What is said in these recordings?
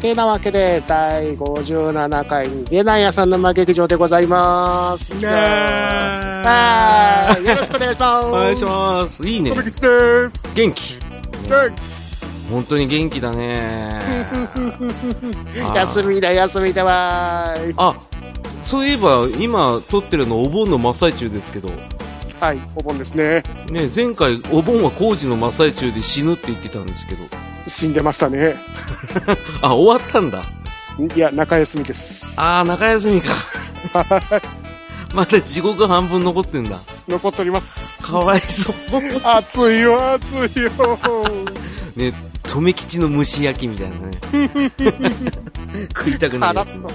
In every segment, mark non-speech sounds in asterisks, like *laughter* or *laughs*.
てなわけで、第57回にゲナン屋さんの間劇場でございます。はーねい。よろしくお願いします。お願いし *laughs* ます。いいねす。。吉です。元気。元本当に元気だね。あー休みだ、休みだわーい。あ、そういえば今撮ってるのお盆の真っ最中ですけど、はい、お盆ですね。ね前回お盆は工事の真っ最中で死ぬって言ってたんですけど、死んでましたね。あ終わったんだ。いや、中休みです。あー中休みか。まだ地獄半分残ってんだ。残っております。かわいそう。 *laughs* 暑いよ、暑いよ。ね留吉の蒸し焼きみたいなね。食いたくなカるやラつッ。と。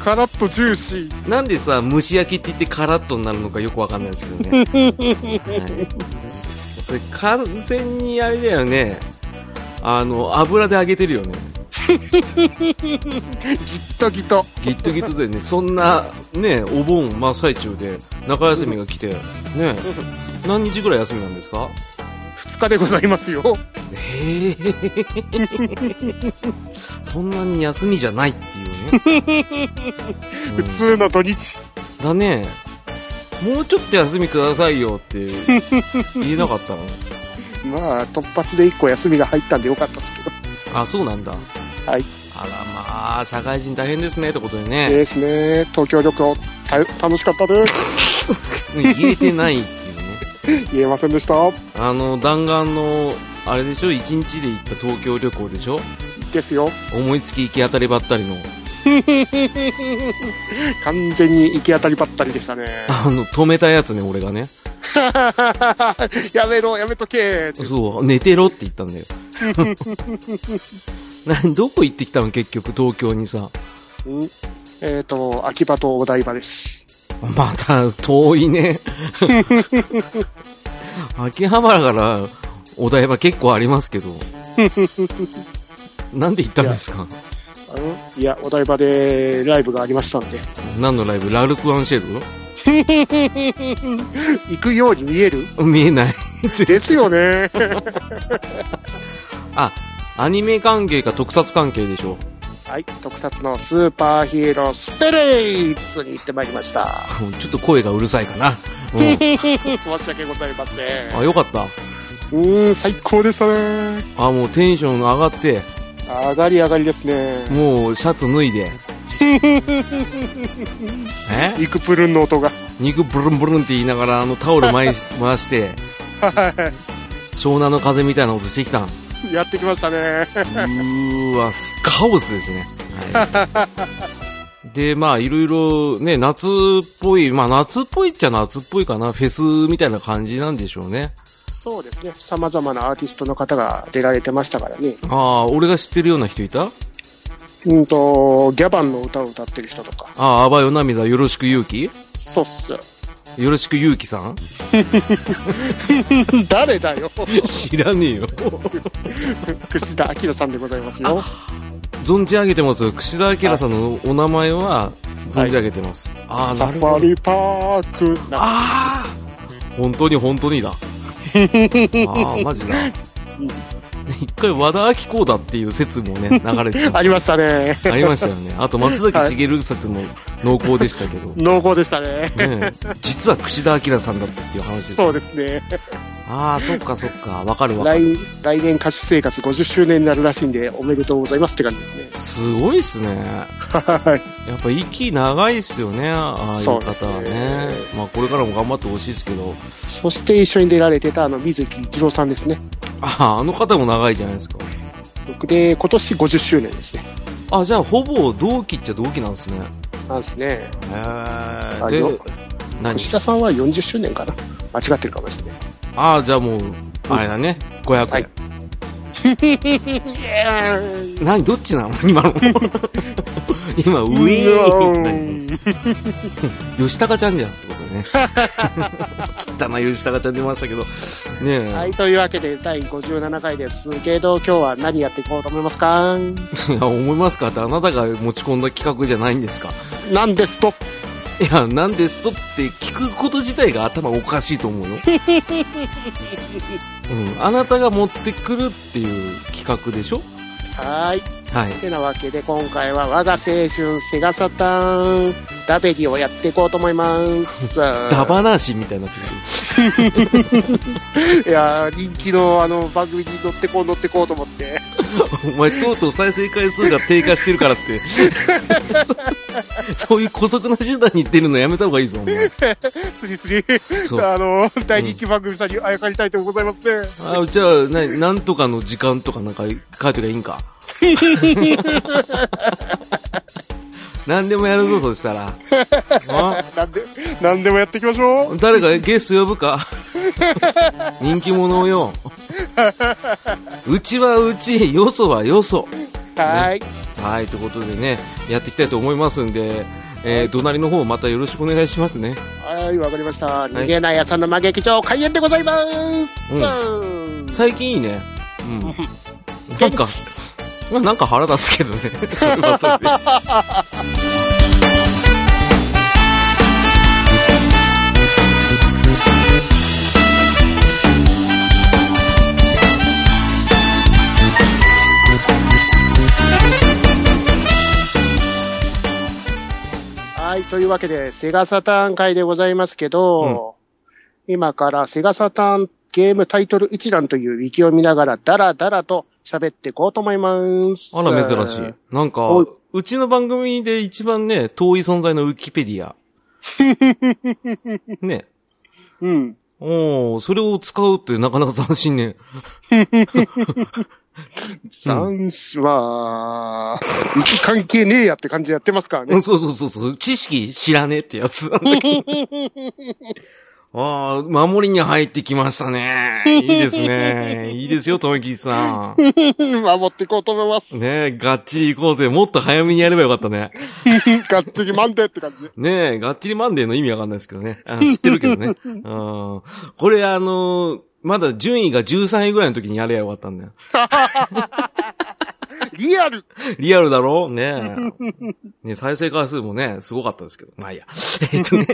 カラッとジューシー。なんでさ蒸し焼きって言ってカラッとになるのかよくわかんないですけどね、はい、それ完全にあれだよねあの油で揚げてるよねギットギト。ギットギットでねそんなねお盆真っ最中で中休みが来てね何日ぐらい休みなんですか二日でございますよ。へえそんなに休みじゃないっていうね、普通の土日。うんだねもうちょっと休みくださいよって言えなかったのまあ、突発で一個休みが入ったんでよかったですけど。あそうなんだはいあらまあ社会人大変ですねってことでねですね。東京旅行、た楽しかったです。言えてないっていうね *laughs* 言えませんでした。あの弾丸のあれでしょ一日で行った東京旅行でしょですよ。思いつき行き当たりばったりの完全に行き当たりばったりでしたね。あの止めたやつね俺がねやめろ、やめとけ。そう寝てろって言ったんだよ *laughs* 何どこ行ってきたの結局東京にさうんえっ、と、秋葉とお台場です。また遠いね秋葉原からお台場結構ありますけどなんで行ったんですかあのいや、お台場でライブがありました *laughs* んで。何のライブラルク・アンシェ行くように見えるル見えないですよね。あアニメ関係か特撮関係でしょはい、特撮のスーパーヒーロースピリッツに行ってまいりました。ちょっと声がうるさいかな、う *laughs* 申し訳ございませんん、。あよかったうーん、最高でしたね。あもうテンション上がって上がり上がりですね。もうシャツ脱いでえイクプルンの音が。肉ブルンブルンって言いながらあのタオル回し回しては湘南の風みたいな音してきたんいやってきましたね。うーわ、すカオスですね。はい、で、まあ、いろいろね、夏っぽい、まあ、夏っぽいっちゃ夏っぽいかな、フェスみたいな感じなんでしょうね。そうですね。様々なアーティストの方が出られてましたからね。ああ、俺が知ってるような人いたあうんと、ギャバンの歌を歌ってる人とか。あ、あばよ涙、よろしく勇気そうっす。よろしく勇気さん誰だよ。 *laughs* 知らねえよ。串田明さんでございますよ。存じ上げてます。櫛田明さんのお名前は存じ上げてます。ああ、サなフるほァど。リパークな。ああ本当に本 *laughs* 当にだ。ああ、マジだ。一回和田アキ子だっていう説もね、流れてまあしりましたね。たありましたよね。あと松崎しげる説も濃厚でしたけど。濃厚でしたね。ねえ、実は櫛田明さんだったっていう話です。そうですね。ああ、そっかそっか。わかるわか来る。来年歌手生活50周年になるらしいんで、おめでとうございますって感じですね。すごいっすね。はい。やっぱ息長いっすよね。ああいうそう方ですねはね。まあこれからも頑張ってほしいですけど。そして一緒に出られてたあの水木一郎さんですね。ああ、あの方も長いじゃないですか。で、今年50周年ですね。あ、じゃあほぼ同期っちゃ同期なんですね。なんですね。へあえ。でよ、何吉田さんは40周年かな間違ってるかもしれないです。ああ、じゃあもう、あれだね。500円。はい何どっちなの *laughs* 今の今ウィーンって何吉高ちゃんじゃんってことね *laughs* 汚い吉高ちゃん出ましたけどねえ、、はいい、というわけで第57回ですけど、今日は何やっていこうと思いますかや思いますかってあなたが持ち込んだ企画じゃないんですかなんですと。いやなんですとって聞くこと自体が頭おかしいと *laughs* 思うよ、うん、あなたが持ってくるっていう企画でしょはい。はい。てなわけで、今回は我が青春セガサターン、ダベリをやっていこうと思います。ダダバナシみたいになっている。やー人気のあの番組に乗ってこう乗ってこうと思って。お前とうとう再生回数が低下してるからって。 *laughs* そういう姑息な手段に出るのやめた方がいいぞ、お前。スリスリ。そう。 *laughs* あの、大人気番組さんにあやかりたいとございますね。あじゃあ、な、なんとかの時間とかなんか書いときゃいいんか。 *laughs* 何でもやるぞ、そしたら。あなんで、なんでもやっていきましょう。誰かゲスト呼ぶか *laughs* 人気者をよ。うちはうち、よそはよそ。はーい。はい、ということでね、やっていきたいと思いますんで、えー、隣の方またよろしくお願いしますね。はい、わかりました。逃げない朝の魔劇場開演でございます。うんうん最近いいね。うん。なんか、まあなんか腹立つけどね。それはそれで。はい、というわけで、セガサターン会でございますけど、今からセガサターンゲームタイトル一覧というウィキを見ながら、ダラダラと喋っていこうと思います。あら、珍しい。なんかおい、うちの番組で一番ね、遠い存在のウィキペディア。ね。うん。おー、それを使うってなかなか斬新ね。三種は、ウィキ関係ねえやって感じでやってますからうねん、。そうそうそうそう。知識知らねえってやつなんだけど。ああ、守りに入ってきましたね。いいですね。いいですよ、とめきさん。ね守っていこうと思います。 *laughs* え、がっちり行こうぜ。もっと早めにやればよかったね。がっちりマンデーって感じで。ねえ、がっちりマンデーの意味わかんないですけどね。あ知ってるけどね。うんこれあのーまだ順位が13位ぐらいの時にやればよかったんだよ。リアルリアルだろねえ。ね再生回数もね、すごかったですけど。まあいいや。 *laughs* えっとね。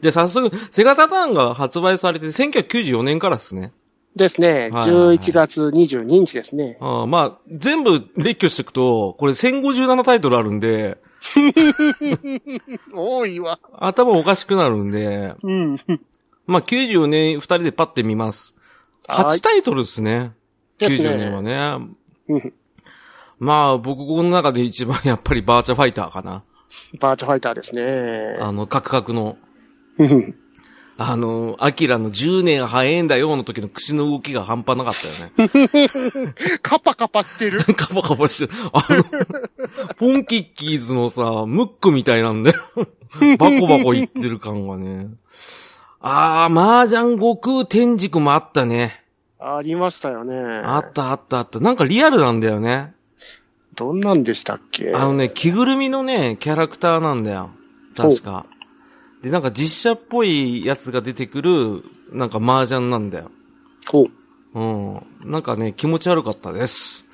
じゃあ早速、セガサターンが発売されて1994年からですね。ですね。はいはいはい11月22日ですね。あーまあ、全部列挙していくと、これ1057タイトルあるんで、多いわ。頭おかしくなるんで、うん。まあ94年2人でパッて見ます。はい8タイトルですね。ですね94年はね。うんまあ僕この中で一番やっぱりバーチャファイターかな。バーチャファイターですね。あの、カクカクの。うんあの、アキラの10年早いんだよの時の口の動きが半端なかった *laughs* よね。カパカパしてる。カバカバして、あの、ポンキッキーズのさ、ムックみたいなんだよ。 *laughs* バコバコ言ってる感がね。あー、麻雀悟空天竺もあったね。ありましたよね。あったあったあった。なんかリアルなんだよね。どんなんでしたっけあのね、着ぐるみのね、キャラクターなんだよ。確か。で、なんか実写っぽいやつが出てくる、なんか麻雀なんだよ。こううん。なんかね、気持ち悪かったです。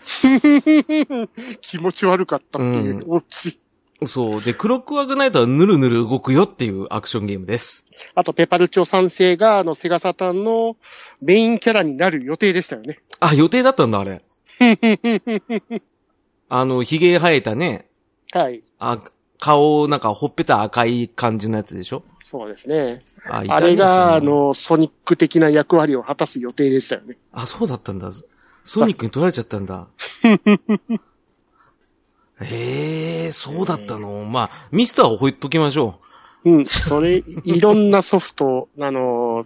気持ち悪かったっていううオチ。そう。で、クロックワークナイトはぬるぬる動くよっていうアクションゲームです。あと、ペパルチョ三世が、あの、セガサタンのメインキャラになる予定でしたよね。あ、予定だったんだ、*laughs* あれ。あの、髭生えたね、はい。あ、顔、なんかほっぺた赤い感じのやつでしょそうですね。あいたねあれが、あそんなの、ソニック的な役割を果たす予定でしたよね。あ、そうだったんだ。ソニックに取られちゃった *laughs* んだ。ええそうだったの。まあ、ミスターを置いときましょうん。 *laughs* それ、いろんなソフト、あの、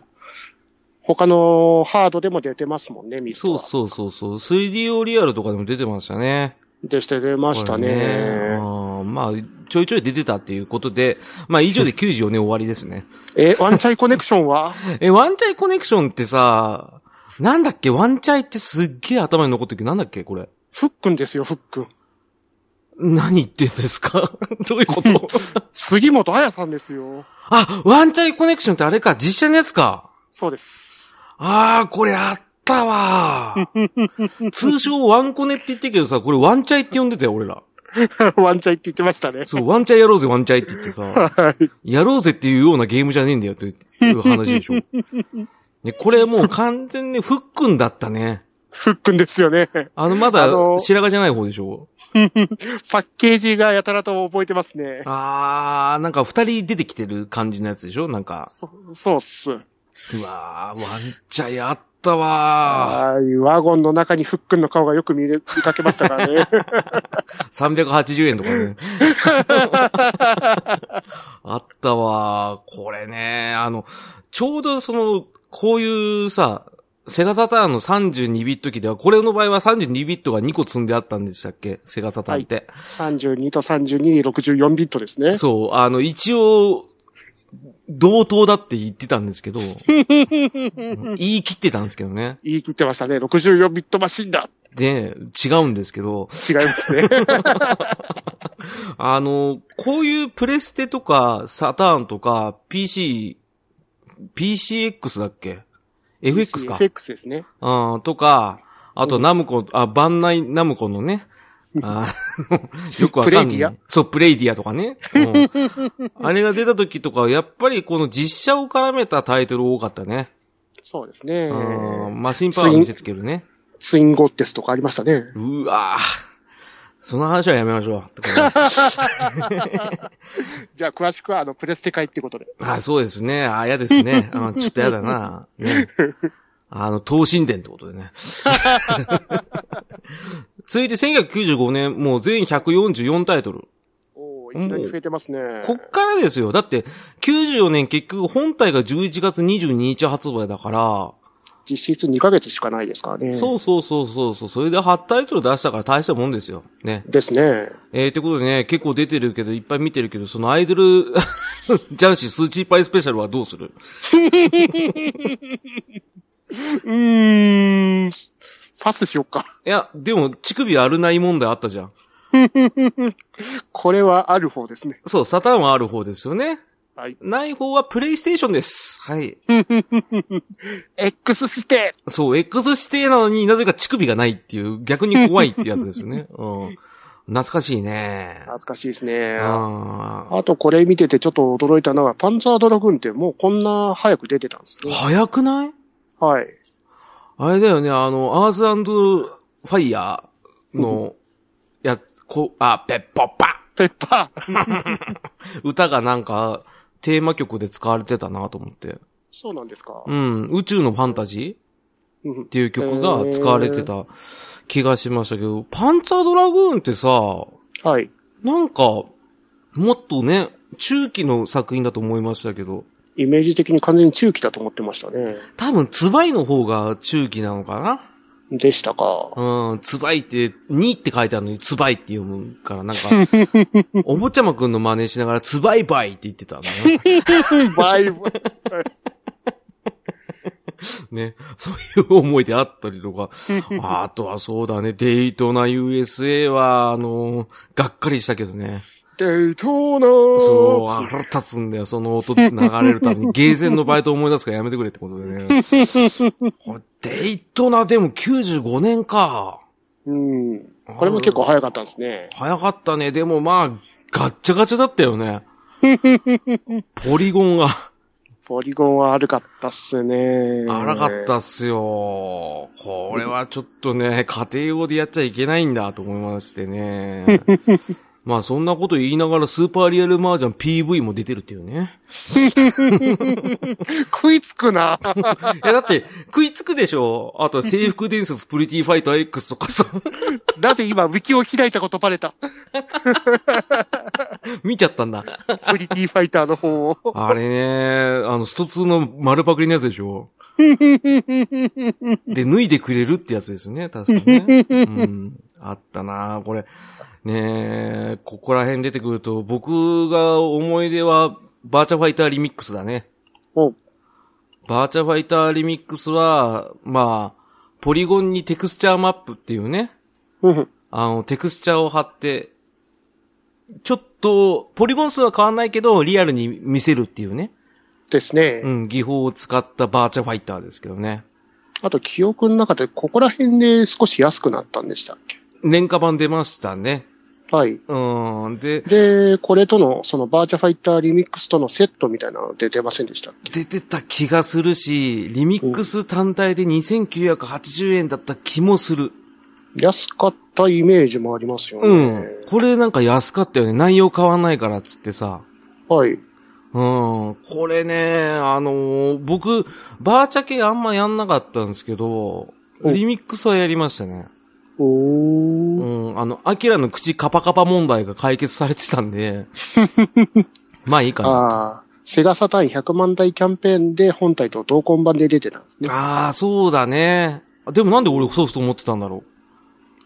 他のハードでも出てますもんね、ミう。ストそうは。そうそうそう。3D オリアルとかでも出てましたね。でして出ましたこれね。あーまあ、ちょいちょい出てたっていうことで、まあ以上で94年終わりですね。え、ワンチャイコネクションは *laughs* え、ワンチャイコネクションってさ、なんだっけワンチャイってすっげえ頭に残ってるけど、なんだっけこれ。フックンですよ、フックン。何言ってんですか *laughs* どうい *laughs* うこと杉本彩さんですよ。あ、ワンチャイコネクションってあれか、実写のやつか。そうです。 *laughs* ああ、これあったわー。通称ワンコネって言ってるけどさ、これワンチャイって呼んでたよ、俺ら。ワンチャイって言ってましたね。そう、ワンチャイやろうぜ、ワンチャイって言ってさ、 *laughs* はい。やろうぜっていうようなゲームじゃねえんだ *laughs* よ、という話でしょ。ね、これもう完全にフックンだったね。ふっくんですよね。あの、まだあの白髪じゃない方でしょパッケージがやたらと覚えてますね。あー、なんか二人出てきてる感じのやつでしょなんか。そそうっす。うわー、ワンチャンやったわああいうワゴンの中にフックンの顔がよく見れ見かけましたからね。 *laughs* ー。380円とかね。あったわー。これね、あの、ちょうどその、こういうさ、セガサターンの32ビット機では、これの場合は32ビットが2個積んであったんでしたっけセガサターンって。 32と32、64ビットですね。そう、あの、一応、同等だって言ってたんですけど、言い切ってたんですけどね。言い切ってましたね。64ビットマシンだで、違うんですけど、違います *laughs* ね。あの、こういうプレステとか、サターンとか、PC、PCX だっけ ?FX か。 FX ですね。うん、とか、あとナムコ、あ、万内ナムコ *laughs* のね、あよくわかんない。プレイディアそう、プレイディアとかね。うん、あれが出た時とか、やっぱりこの実写を絡めたタイトル多かったね。そうですね。うん、マシンパワーを見せつけるね。ツインゴッテスとかありましたね。うわぁ。その話はやめましょうってことで。じゃあ、詳しくは、あの、プレステ会ってことで。あそうですね。あ嫌ですね。あちょっと嫌だな。ね。あの、東神殿ってことでね。 *laughs* 続いて1995年、もう全144タイトル。おおいきなり増えてますね。こっからですよ。だって、94年結局本体が11月22日発売だから、実質2ヶ月しかないですからね。そうそうそうそうそう、それで8タイトル出したから大したもんですよ。ね。ですね。えー、ということでね、結構出てるけど、いっぱい見てるけど、そのアイドル、 *laughs* ジャンシースーチーパイスペシャルはどうするうーん。パスしよっか。 *laughs* いや、でも、乳首あるない問題あったじゃん。これはある方ですね。そう、サターンはある方ですよね。はい。ない方はプレイステーションです。はい。 X してそう、X 指定なのになぜか乳首がないっていう、逆に怖いってやつですよ *laughs* ね。うん。懐かしいね。懐かしいですね。ああーと、これ見ててちょっと驚いたのは、パンツァードラグーンってもうこんな早く出てたんですね。早くないはい。あれだよね、あの、アースファイヤーの、やつ、こう、あ、ペッポッパペッパー。歌がなんか、テーマ曲で使われてたなと思って。そうなんですか。うん、宇宙のファンタジうんーっていう曲が使われてた気がしましたけど、パンツァードラグーンってさ、はい。なんか、もっとね、中期の作品だと思いましたけど、イメージ的に完全に中期だと思ってましたね。多分、ツバイの方が中期なのかなでしたか。うん、つばいって、にって書いてあるのに、つばいって読むから、なんか、おぼちゃまくんの真似しながら、つばいばいって言ってたんだよ。バイブ。ね。そういう思いであったりとか。あとはそうだね、デイトナ USA は、あのーがっかりしたけどね。デイトーナそう、ー腹立つんだよ、その音流れるたびに。ゲーセンのバイト思い出すからやめてくれってことで *laughs* ね。これデイトナでも95年か。うん。これも結構早かったんですね。早かったね。でもまあ、ガッチャガチャだったよ *laughs* ね。ポリゴンがポリゴンは悪かったっすね。荒かったっすよ。これはちょっとね、家庭用でやっちゃいけないんだと思いまして *laughs* ね。まあそんなこと言いながらスーパーリアルマージャン PV も出てるっていうね。食いつくな。 *laughs* いやだって食いつくでしょ。あとは制服伝説プリティファイター X とかさ、 *laughs* なぜ今、ウィキを開いたことバレた。見ちゃったんだ。プリティファイターの方を。あれね、あの、ストツーの丸パクリのやつでしょで、脱いでくれるってやつですね、確かね。うん。あったなあこれ。ねえ、ここら辺出てくると、僕が思い出は、バーチャファイターリミックスだね。おバーチャファイターリミックスは、まあ、ポリゴンにテクスチャーマップっていうね、うんあの、テクスチャーを貼って、ちょっと、ポリゴン数は変わんないけど、リアルに見せるっていうね。ですね。うん、技法を使ったバーチャファイターですけどね。あと、記憶の中で、ここら辺で少し安くなったんでしたっけ廉価版出ましたね。はい。うん。で、で、これとの、そのバーチャファイターリミックスとのセットみたいなの出てませんでしたっけ出てた気がするし、リミックス単体で2980円だった気もする。安かったイメージもありますよね。うん。これなんか安かったよね。内容変わんないからっつってさ。はい。うん。これね、あのー僕、バーチャ系あんまやんなかったんですけど、おリミックスはやりましたね。おー。うん。あの、アキラの口カパカパ問題が解決されてたんで、まあいいかな。ああ、セガサターン100万台キャンペーンで本体と同梱版で出てたんですね。ああ、そうだね。でもなんで俺ソフト持ってたんだろ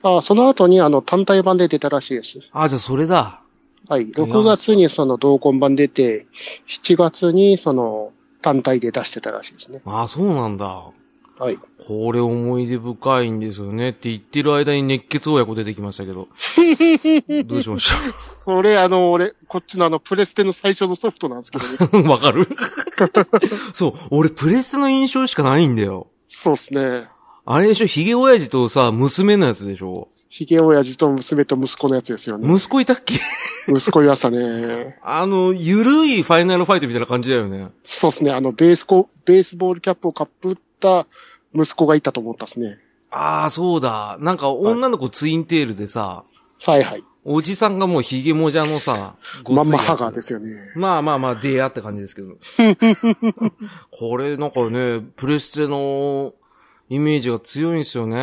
う。ああ、その後にあの単体版で出たらしいです。ああ、じゃあそれだ。はい。6月にその同梱版出て、7月にその単体で出してたらしいですね。ああ、そうなんだ。 *laughs* はい。これ思い出深いんですよねって言ってる間に熱血親子出てきましたけど。どうしましそれ、あの、俺、こっちのあの、プレステの最初のソフトなんですけど *laughs* ね。たわかるそう、俺プレステの印象しかないんだよ。そうですね。あれでしょ、ヒゲ親父とさ、娘のやつでしょひげ親父と娘と息子のやつですよね。息子いたっけ息子いましたね。あの、ゆるいファイナルファイトみたいな感じだよね。そうですね。あの、ベースコ、ベースボールキャップをかぶった息子がいたと思ったですね。ああ、そうだ。なんか女の子ツインテールでさ、はいはい。おじさんがもうヒゲもじゃのさ、まんまハハガガーーですよね。まあまあまあ、出会って感じです *laughs* けど。これ、なんかね、プレステのイメージが強いんですよね。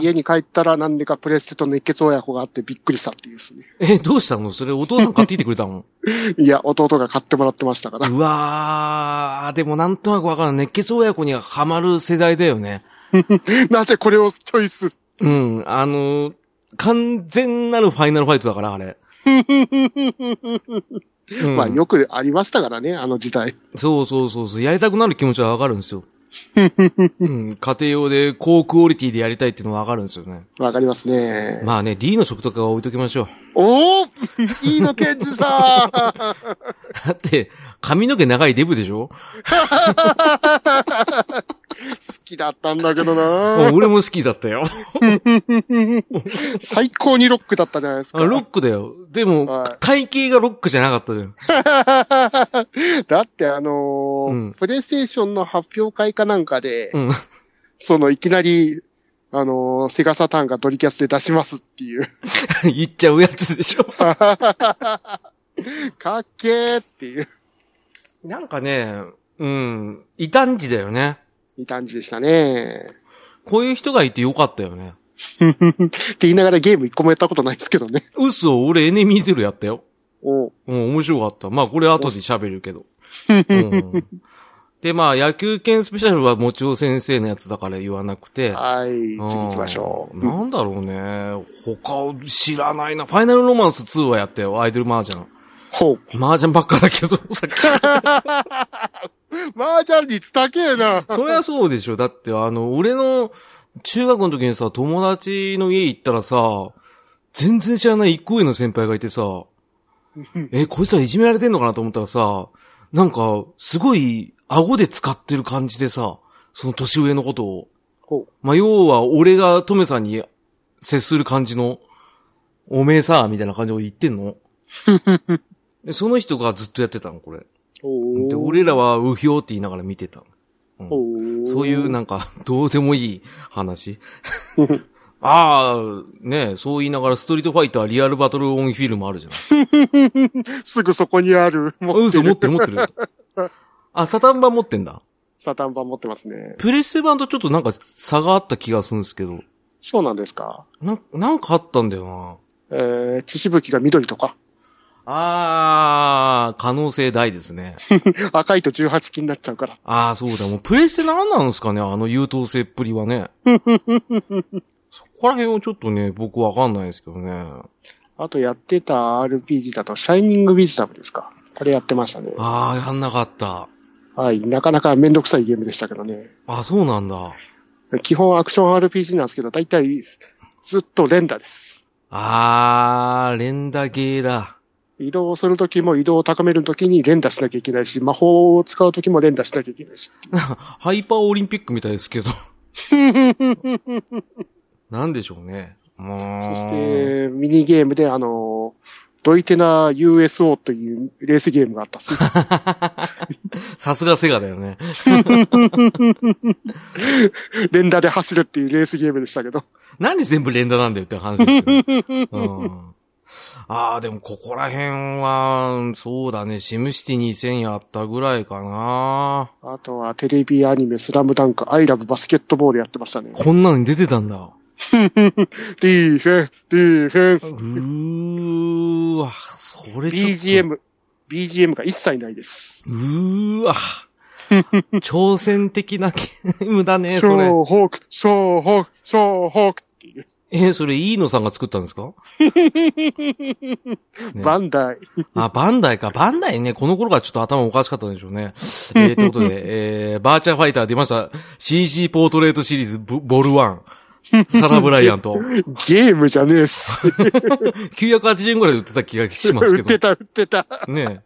家に帰ったらなんでかプレステと熱血親子があってびっくりしたっていうですね。え、どうしたのそれお父さん買ってきてくれ *laughs* たのいや、弟が買ってもらってましたから。うわー、でもなんとなくわからん。熱血親子にはハマる世代だよね。なぜこれをチョイスうん、あの、完全なるファイナルファイトだから、あれ。うんまあよくありましたからね、あの時代。そうそうそうそう。やりたくなる気持ちはわかるんで *laughs* すよ。うん、家庭用で高クオリティでやりたいっていうのはわかるんですよね。わかりますね。まあね、D の食とかは置いときましょう。 *laughs* おおいいのケンジさんだって、髪の毛長いデブで *laughs* しょ好きだったんだけどあな俺も好きだったよ。最高にロックだったじゃないです *laughs* あか。ロックだよ。でも、体型がロックじゃなかったじゃん。 *laughs* だってあのーうんプレイステーションの発表会かなんかで、うん。 *laughs* そのいきなり、あのーセガサターンがドリキャスで出しますっていう。 *laughs* 言っちゃうやつでしょ。かっけーっていう。なんかね、うん、異端児だよね。いい感じでしたね。こういう人がいてよかったよね。って言いながらゲーム一個もやったことないですけどね。嘘、俺エネミーゼロやったよ。おうん、面白かった。まあ、これ後で喋るけど。うん、で、まあ、野球拳スペシャルはもちお先生のやつだから言わなくて。はい、次行きましょう。んなんだろうね。他、知らないな。ファイナルロマンス2はやったよ。アイドル麻雀。ほう。麻雀ばっかだけど、さっき。麻雀率高えな。そりゃそうでしょ。だって、あの、俺の中学の時にさ、友達の家行ったらさ、全然知らない一個上の先輩がいてさ、え、こいつはいじめられてんのかなと思ったらさ、なんか、すごい、顎で使ってる感じでさ、その年上のことを。ほう。まあ、要は、俺がトメさんに接する感じの、おめえさ、みたいな感じを言って *laughs* んの。でその人がずっとやってたの、これ。おで、俺らは、うひょーって言いながら見てたの。そういうな。なんか、 *laughs* どうでもいい *laughs* 話。ああ、ねえそう言いながらストリートファイターリアルバトルオンフィルムあるじゃない。すぐそこにある。あ嘘、持ってる持ってる。あ、サタン版持ってんだ。サタン版持ってますね。プレステ版とちょっとなんか差があった気がするんですけど。そうなんですか。なん、なんかあったんだよな。えー、血しぶきが緑とか、ああ、可能性大ですね。赤いと18金になっちゃうから。ああ、そうだ。もうプレステ何なんですかねあの優等生っぷりは *laughs* ね。そこら辺をちょっとね、僕わかんないですけどね。あとやってた RPG だと、シャイニングウィズダムですか。これやってましたね。ああ、やんなかった。はい。なかなかめんどくさいゲームでしたけどね。あ、そうなんだ。基本アクション RPG なんですけど、だいたいずっと連打です。あー、連打ゲーだ。移動するときも移動を高めるときに連打しなきゃいけないし、魔法を使うときも連打しなきゃいけないし。 *laughs* ハイパーオリンピックみたいですけど。なんでしょうね。そしもう。て、ミニゲームで、あの、ドイテナ USO というレースゲームがあったっす。さすがセガだよね。連打で走るっていうレースゲームでしたけど。なんで全部連打なんだよって話ですよ、 *laughs* ね。うんああ、でもここら辺は、そうだね、シムシティ2000やったぐらいかな。あとはテレビアニメ、スラムダンク、アイラブバスケットボールやってましたね。こんなのに出てたんだ。ディーフェンス、ディーフェンうス。ーわ、それちょっと。 BGM、BGM が一切ないです。うー *laughs* わ。挑戦的なゲームだね、ショそれ。ーホーク、ショーホーク、ショーホークっていう。え、それ、イーノさんが作ったんですかねバンダイ。あ、バンダイか。バンダイね、この頃からちょっと頭おかしかったんでしょうね。えー、ということ *laughs* で、えー、バーチャーファイター出ました。CG ポートレートシリーズ、ボボルワン。サラ・ブライア *laughs* ンと。ゲームじゃねえし。 980円ぐらいで売ってた気がします売けってど。た、売ってた。ね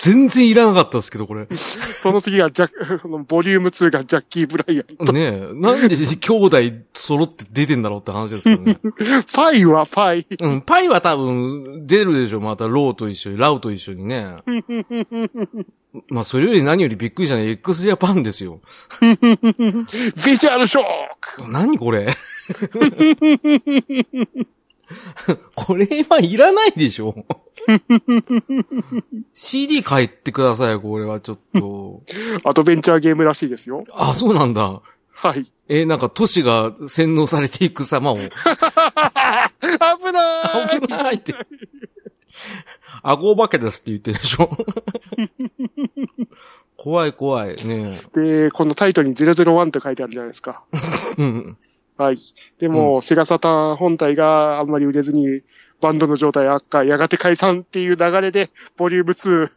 全然いらなかったですけど、これ。ねその次がジャック、 *laughs* ボリューム2がジャッキー・ブライアンと。なんで兄弟揃って出てんだろうって話ですけどね。パイはパイ。うん、パイは多分出るでしょ、またローと一緒に、ラウと一緒にね。まあ、それより何よりびっくりしたのは x ジャパンですよ。ビジュアルショック何これこれはいらないでしょ CD 買ってくださいよ、これはちょっと。アドベンチャーゲームらしいですよ。あ、そうなんだ。はい。え、なんか都市が洗脳されていく様を。危ない危ないって。顎お化けですって言ってるで *laughs* しょ怖い怖い。ねで、このタイトルに001って書いてあるじゃないですか。えうん。はい。でも、セガサターン本体があんまり売れずに、バンドの状態悪化、やがて解散っていう流れで、ボリューム2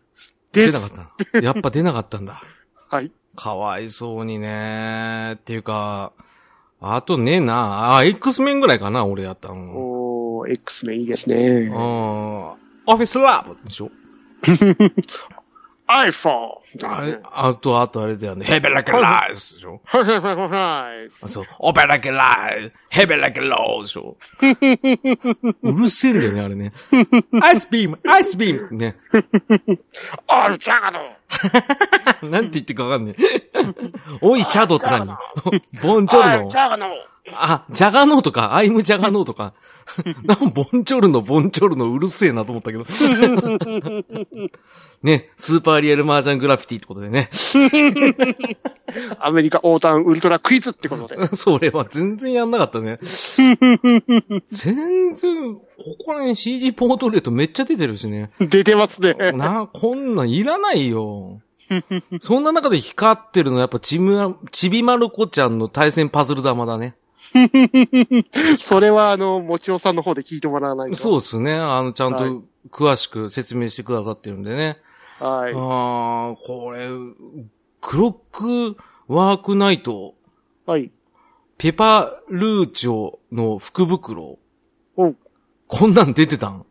で出なす。かった。やっぱ出なかったんだ。はい。かわいそうにね。っていうか、あとねえな。あ、X メンぐらいかな、俺やったの。おー、X メンいいですうね。ん。オフィスラブでしょ iPhone! あれ、あと、あとあれだよね。ヘベラケライスでしょはいはいはいはい。あそう。オペラケライス、ヘベラケローでしょうるせえんだよね、あれね。アイスビーム、アイスビームね。 *laughs* あるじゃがのなんて言ってるかわかんねえ。 *laughs* おい、チャドって何 *laughs* ボンジョルノ。ゃがのあ、ジャガノーとか、アイムジャガノーとか。 *laughs* なんボンチョルノ、ボンチョルノ、うるせえなと思ったけど。 *laughs* ね、スーパーリアルマージャングラフィティってことでね。 *laughs* アメリカ横断ウルトラクイズってことで。それは全然やんなかったね。全然、ここら辺 CG ポートレートめっちゃ出てるしね。出てますね。な、こんなんいらないよ。そんな中で光ってるのはやっぱちむ、ちびまる子ちゃんの対戦パズル玉だね。それは、あの、もちおさんの方で聞いてもらわないと。そうですね。あの、ちゃんはいと詳しく説明してくださってるんでね。はい。ああ、これ、クロックワークナイト、はい。ペパルーチョの福袋。おうこんなん出てたん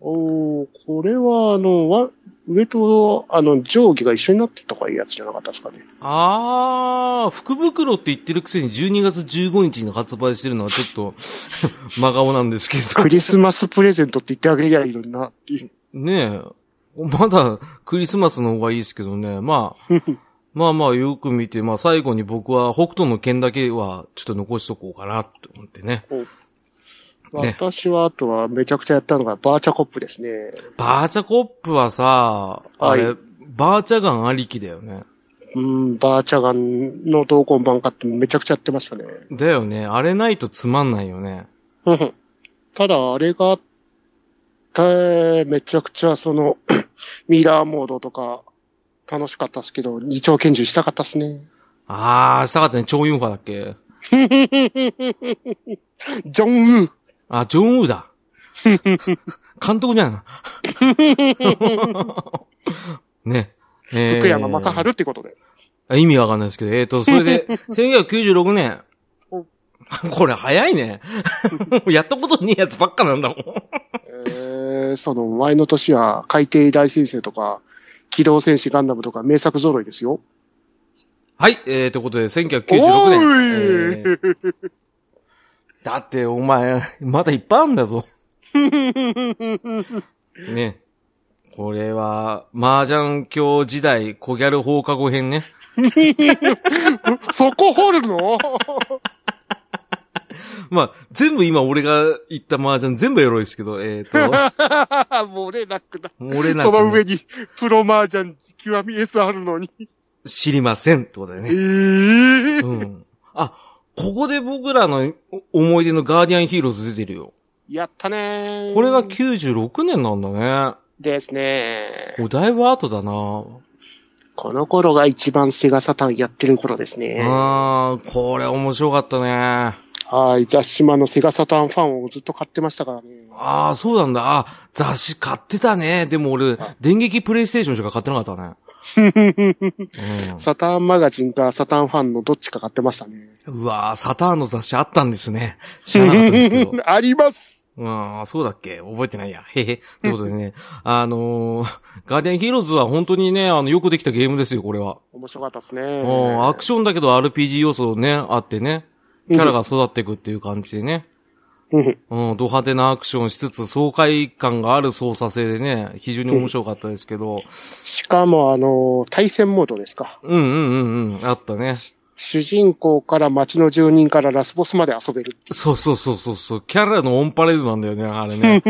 おーこれは、あの、わ上と、あの、上下が一緒になってたかいうやつじゃなかったですかね。ああ、福袋って言ってるくせに12月15日に発売してるのはちょっと *laughs* 真顔なんですけどク。リスマスプレゼントって言ってあげりゃいいのになっていう。ねえ。まだクリスマスの方がいいですけどね。ま *laughs* あ、まあまあよく見て、まあ最後に僕は北斗の剣だけはちょっと残しとこうかなと思ってね。ね私は、あとは、めちゃくちゃやったのが、バーチャコップですね。バーチャコップはさ、あれ、はバーチャガンありきだよね。うん、バーチャガンの同梱版買ってめちゃくちゃやってましたね。だよね。あれないとつまんないよね。うんただ、あれがあって、めちゃくちゃ、その、 *clears throat* ミラーモードとか、楽しかったっすけど、二丁拳銃したかったっすね。ああ、したかったね。超ユンファだっけジョン・ウーあ、ジョンウ *laughs* ーだ。監督じゃん。ね。えー福山雅治ってことで。あ意味わかんないですけど、えっ、と、それ *laughs* で、1996年お。 *laughs* これ早いね。 *laughs* やったことねえやつばっかなんだもん。えーその前の年は、海底大先生とか、機動戦士ガンダムとか名作揃いですよ。はい、えー、ということで、1996お年。えーーいだって、お前、まだいっぱいあるん *laughs* だぞ。ね。これは、麻雀教時代、小ギャル放課後編ね。そこ掘るの *laughs* まあ、全部今俺が言った麻雀全部エロいですけど、えっ、 *laughs* と、もうれなくだ。俺なんその上かに、プロマージャン極み S あるのに。知りませんってことだよええね。うん。あ、ここで僕らのお思い出のガーディアンヒーローズ出てるよ。やったねーこれが96年なんだですねね。おだいぶ後だな。この頃が一番セガサタンやってる頃ですね。あー、これ面白かったね。はい、雑誌マンのセガサタンファンをずっと買ってましたからね。ああ、そうなんだ。あ雑誌買ってたね。でも俺、電撃プレイステーションしか買ってなかったね。サターンマガジンかサターンファンのどっちか買ってましたね。うん、うわーサターンの雑誌あったんですね。知らなかったんですけど。ありますうん、そうだっけ覚えてないや。へへ。ということでね。あのー、ガーデンヒーローズは本当にね、あの、よくできたゲームですよ、これは。面白かったですね。うん、アクションだけど RPG 要素ね、あってね。キャラが育っていくっていう感じでね。うんうん、ド派手なアクションしつつ、爽快感がある操作性でね、非常に面白かったですけど。しかも、あの、対戦モードですか。うんうんうんうん、あったね。主人公から町の住人からラスボスまで遊べる。そうそうそうそうそう、キャラのオンパレードなんだよね、あれね。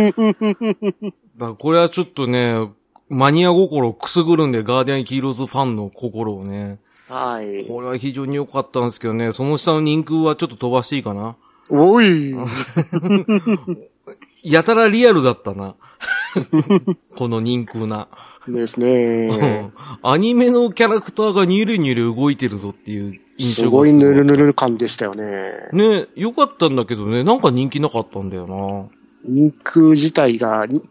だからこれはちょっとね、マニア心をくすぐるんで、ガーディアンヒーローズファンの心をね。はい。これは非常に良かったんですけどね、その下の人空はちょっと飛ばしていいかな。おい。やたらリアルだった *laughs* な。この人空な。ですね。アニメのキャラクターがニュルニュル動いてるぞっていう *laughs* 印す象ごがいぬるぬる感でしたよね。ね、良かったんだけどね、なんか人気なかったんだよな。人空自体が、に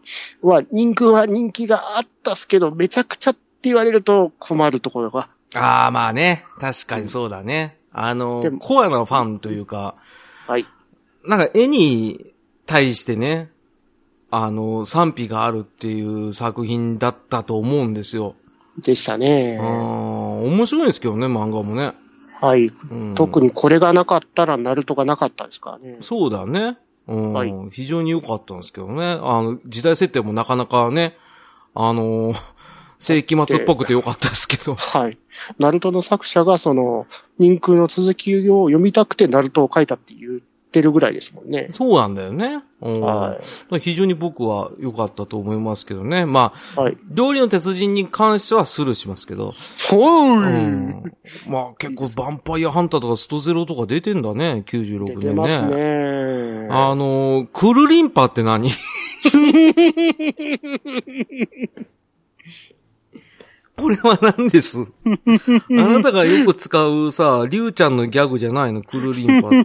は、人空は人気があったっすけど、めちゃくちゃって言われると困るところが。ああ、まあね。確かにそうだね。あので、もコアなファンというか、はい。なんか絵に対してね、あの、賛否があるっていう作品だったと思うんですよ。でしたうねん、。面白いですけどね、漫画もね。はい。うん、特にこれがなかったら、ナルトがなかったですからね。そうだね。うん、はい非常に良かったんですけどね。あの、時代設定もなかなかね、*laughs* あの、世紀末っぽくて良かったですけど。 *laughs* はい。ナルトの作者が、その、人空の続きを読みたくて、ナルトを書いたって言ってるぐらいですもんね。そうなんだよね。うん、は非常に僕は良かったと思いますけどね。まあ、い。はい。料理の鉄人に関してはスルーしますけど。おうーいん。まあ結構ヴァンパイアハンターとかストゼロとか出てんだね、96出年ね。てますね。あのー、クルリンパって何 *laughs* これは何ですあなたがよく使うさ、リュウちゃんのギャグじゃないの、クルリンパって。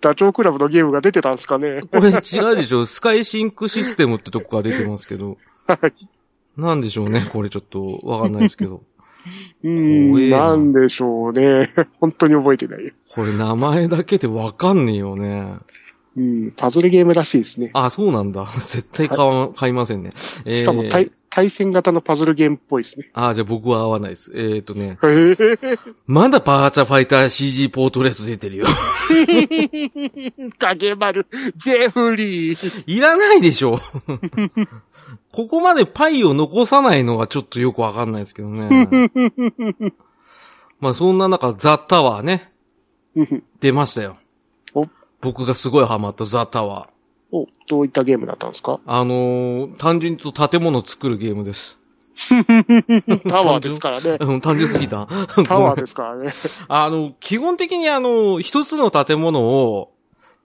ダチョウ倶楽部のゲームが出てたんですかね。これ違うでしょスカイシンクシステムってとこが出てますけど。はい。なんでしょうねこれちょっとわかんないですけど。う怖えん、ななんでしょうね。 *laughs* 本当に覚えてない。これ名前だけでわかんねえよね。うん、パズルゲームらしいですね。あ、そうなんだ。絶対買わ、買いませんね。えーしかも対、対戦型のパズルゲームっぽいですね。あ、じゃあ僕は合わないです。えー、っとね。へ *laughs* えまだバーチャファイター CG ポートレート出てるよ。 *laughs* 影丸、ジェフリー。いらないでしょ。 *laughs* ここまでパイを残さないのがちょっとよくわかんないですけどね。 *laughs* まあそんな中、ザ・タワーね。出ましたよ。お、僕がすごいハマったザ・タワー。 *laughs* お、どういったゲームだったんです *laughs* かあのー単純に言うと建物を作るゲームです。 *laughs* タワーですからね。うん単純すぎた。 *laughs* タワーですからね。あの、基本的にあの、一つの建物を、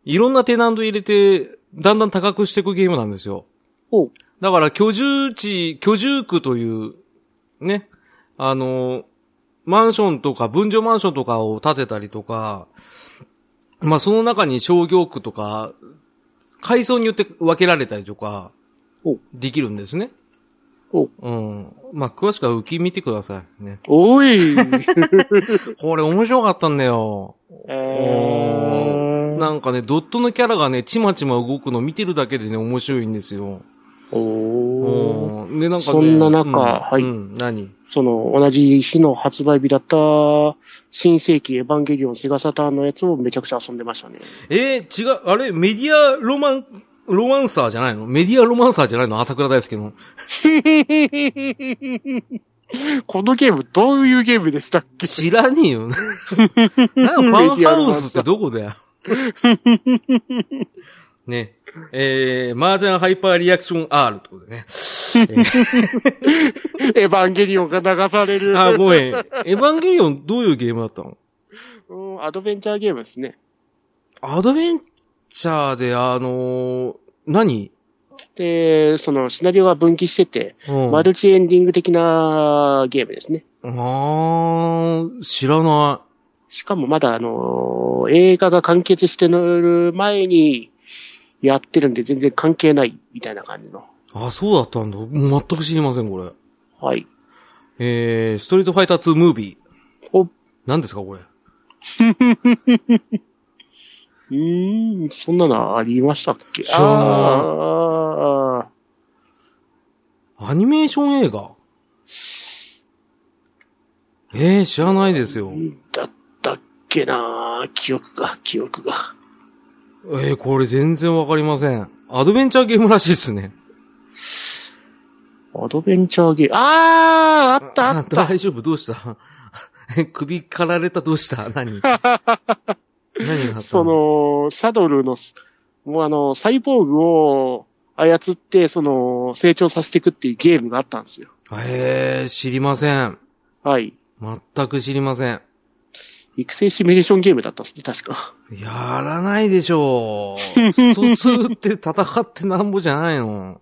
いろんなテナント入れて、だんだん高くしていくゲームなんですよ。お、だから、居住地、居住区という、ね、あの、マンションとか、分譲マンションとかを建てたりとか、まあ、その中に商業区とか、階層によって分けられたりとかお、できるんですね。お、うん。まあ、詳しくは浮き見てください。ね。お *laughs* い。これ面白かったんだよ。えおーー、なんかね、ドットのキャラがね、ちまちま動くの見てるだけでね、面白いんですよ。おおうんで、なんかね。そんな中うはいうん、何その、同じ日の発売日だった、新世紀エヴァンゲリオンセガサターンのやつをめちゃくちゃ遊んでましたね。えー違う、あれ、メディアロマン、ロマンサーじゃないのメディアロマンサーじゃないの朝倉大輔の。このゲーム、どういうゲームでしたっ *laughs* け知らねえ *laughs* よ。なんかファンハウスってどこだよ。ね。えー、麻雀ハイパーリアクション R ってことでね。エヴァンゲリオンが流される。あ、ごめん。エヴァンゲリオンどういうゲームだったのうんアドベンチャーゲームですね。アドベンチャーで、あのー何で、そのシナリオが分岐してて、うん。マルチエンディング的なゲームですね。あー、知らなしかもまだあのー映画が完結してる前にやってるんで全然関係ないみたいな感じの。い。あ、そうだったんだ。全く知りません、これ。はい。えー、ストリートファイター2ムービー。お、う何ですか、これ。ーん、そんなのありましたっけ知らないあーアニメーション映画えー、知らないですよ。だったっけな記憶が、記憶が。えー、これ全然わかりません。アドベンチャーゲームらしいですね。アドベンチャーゲーム。あーあったああった *laughs* 大丈夫どうしたえ首かられたどうした *laughs* 何何があったそ、の、サドルのす、もうあの、サイボーグを操って、その、成長させていくっていうゲームがあったんですよ。えー、知りません。はい。全く知りません。育成シミュレーションゲームだったんですね、確か。やらないでしょ *laughs* う。スト2って戦ってなんぼじゃないの。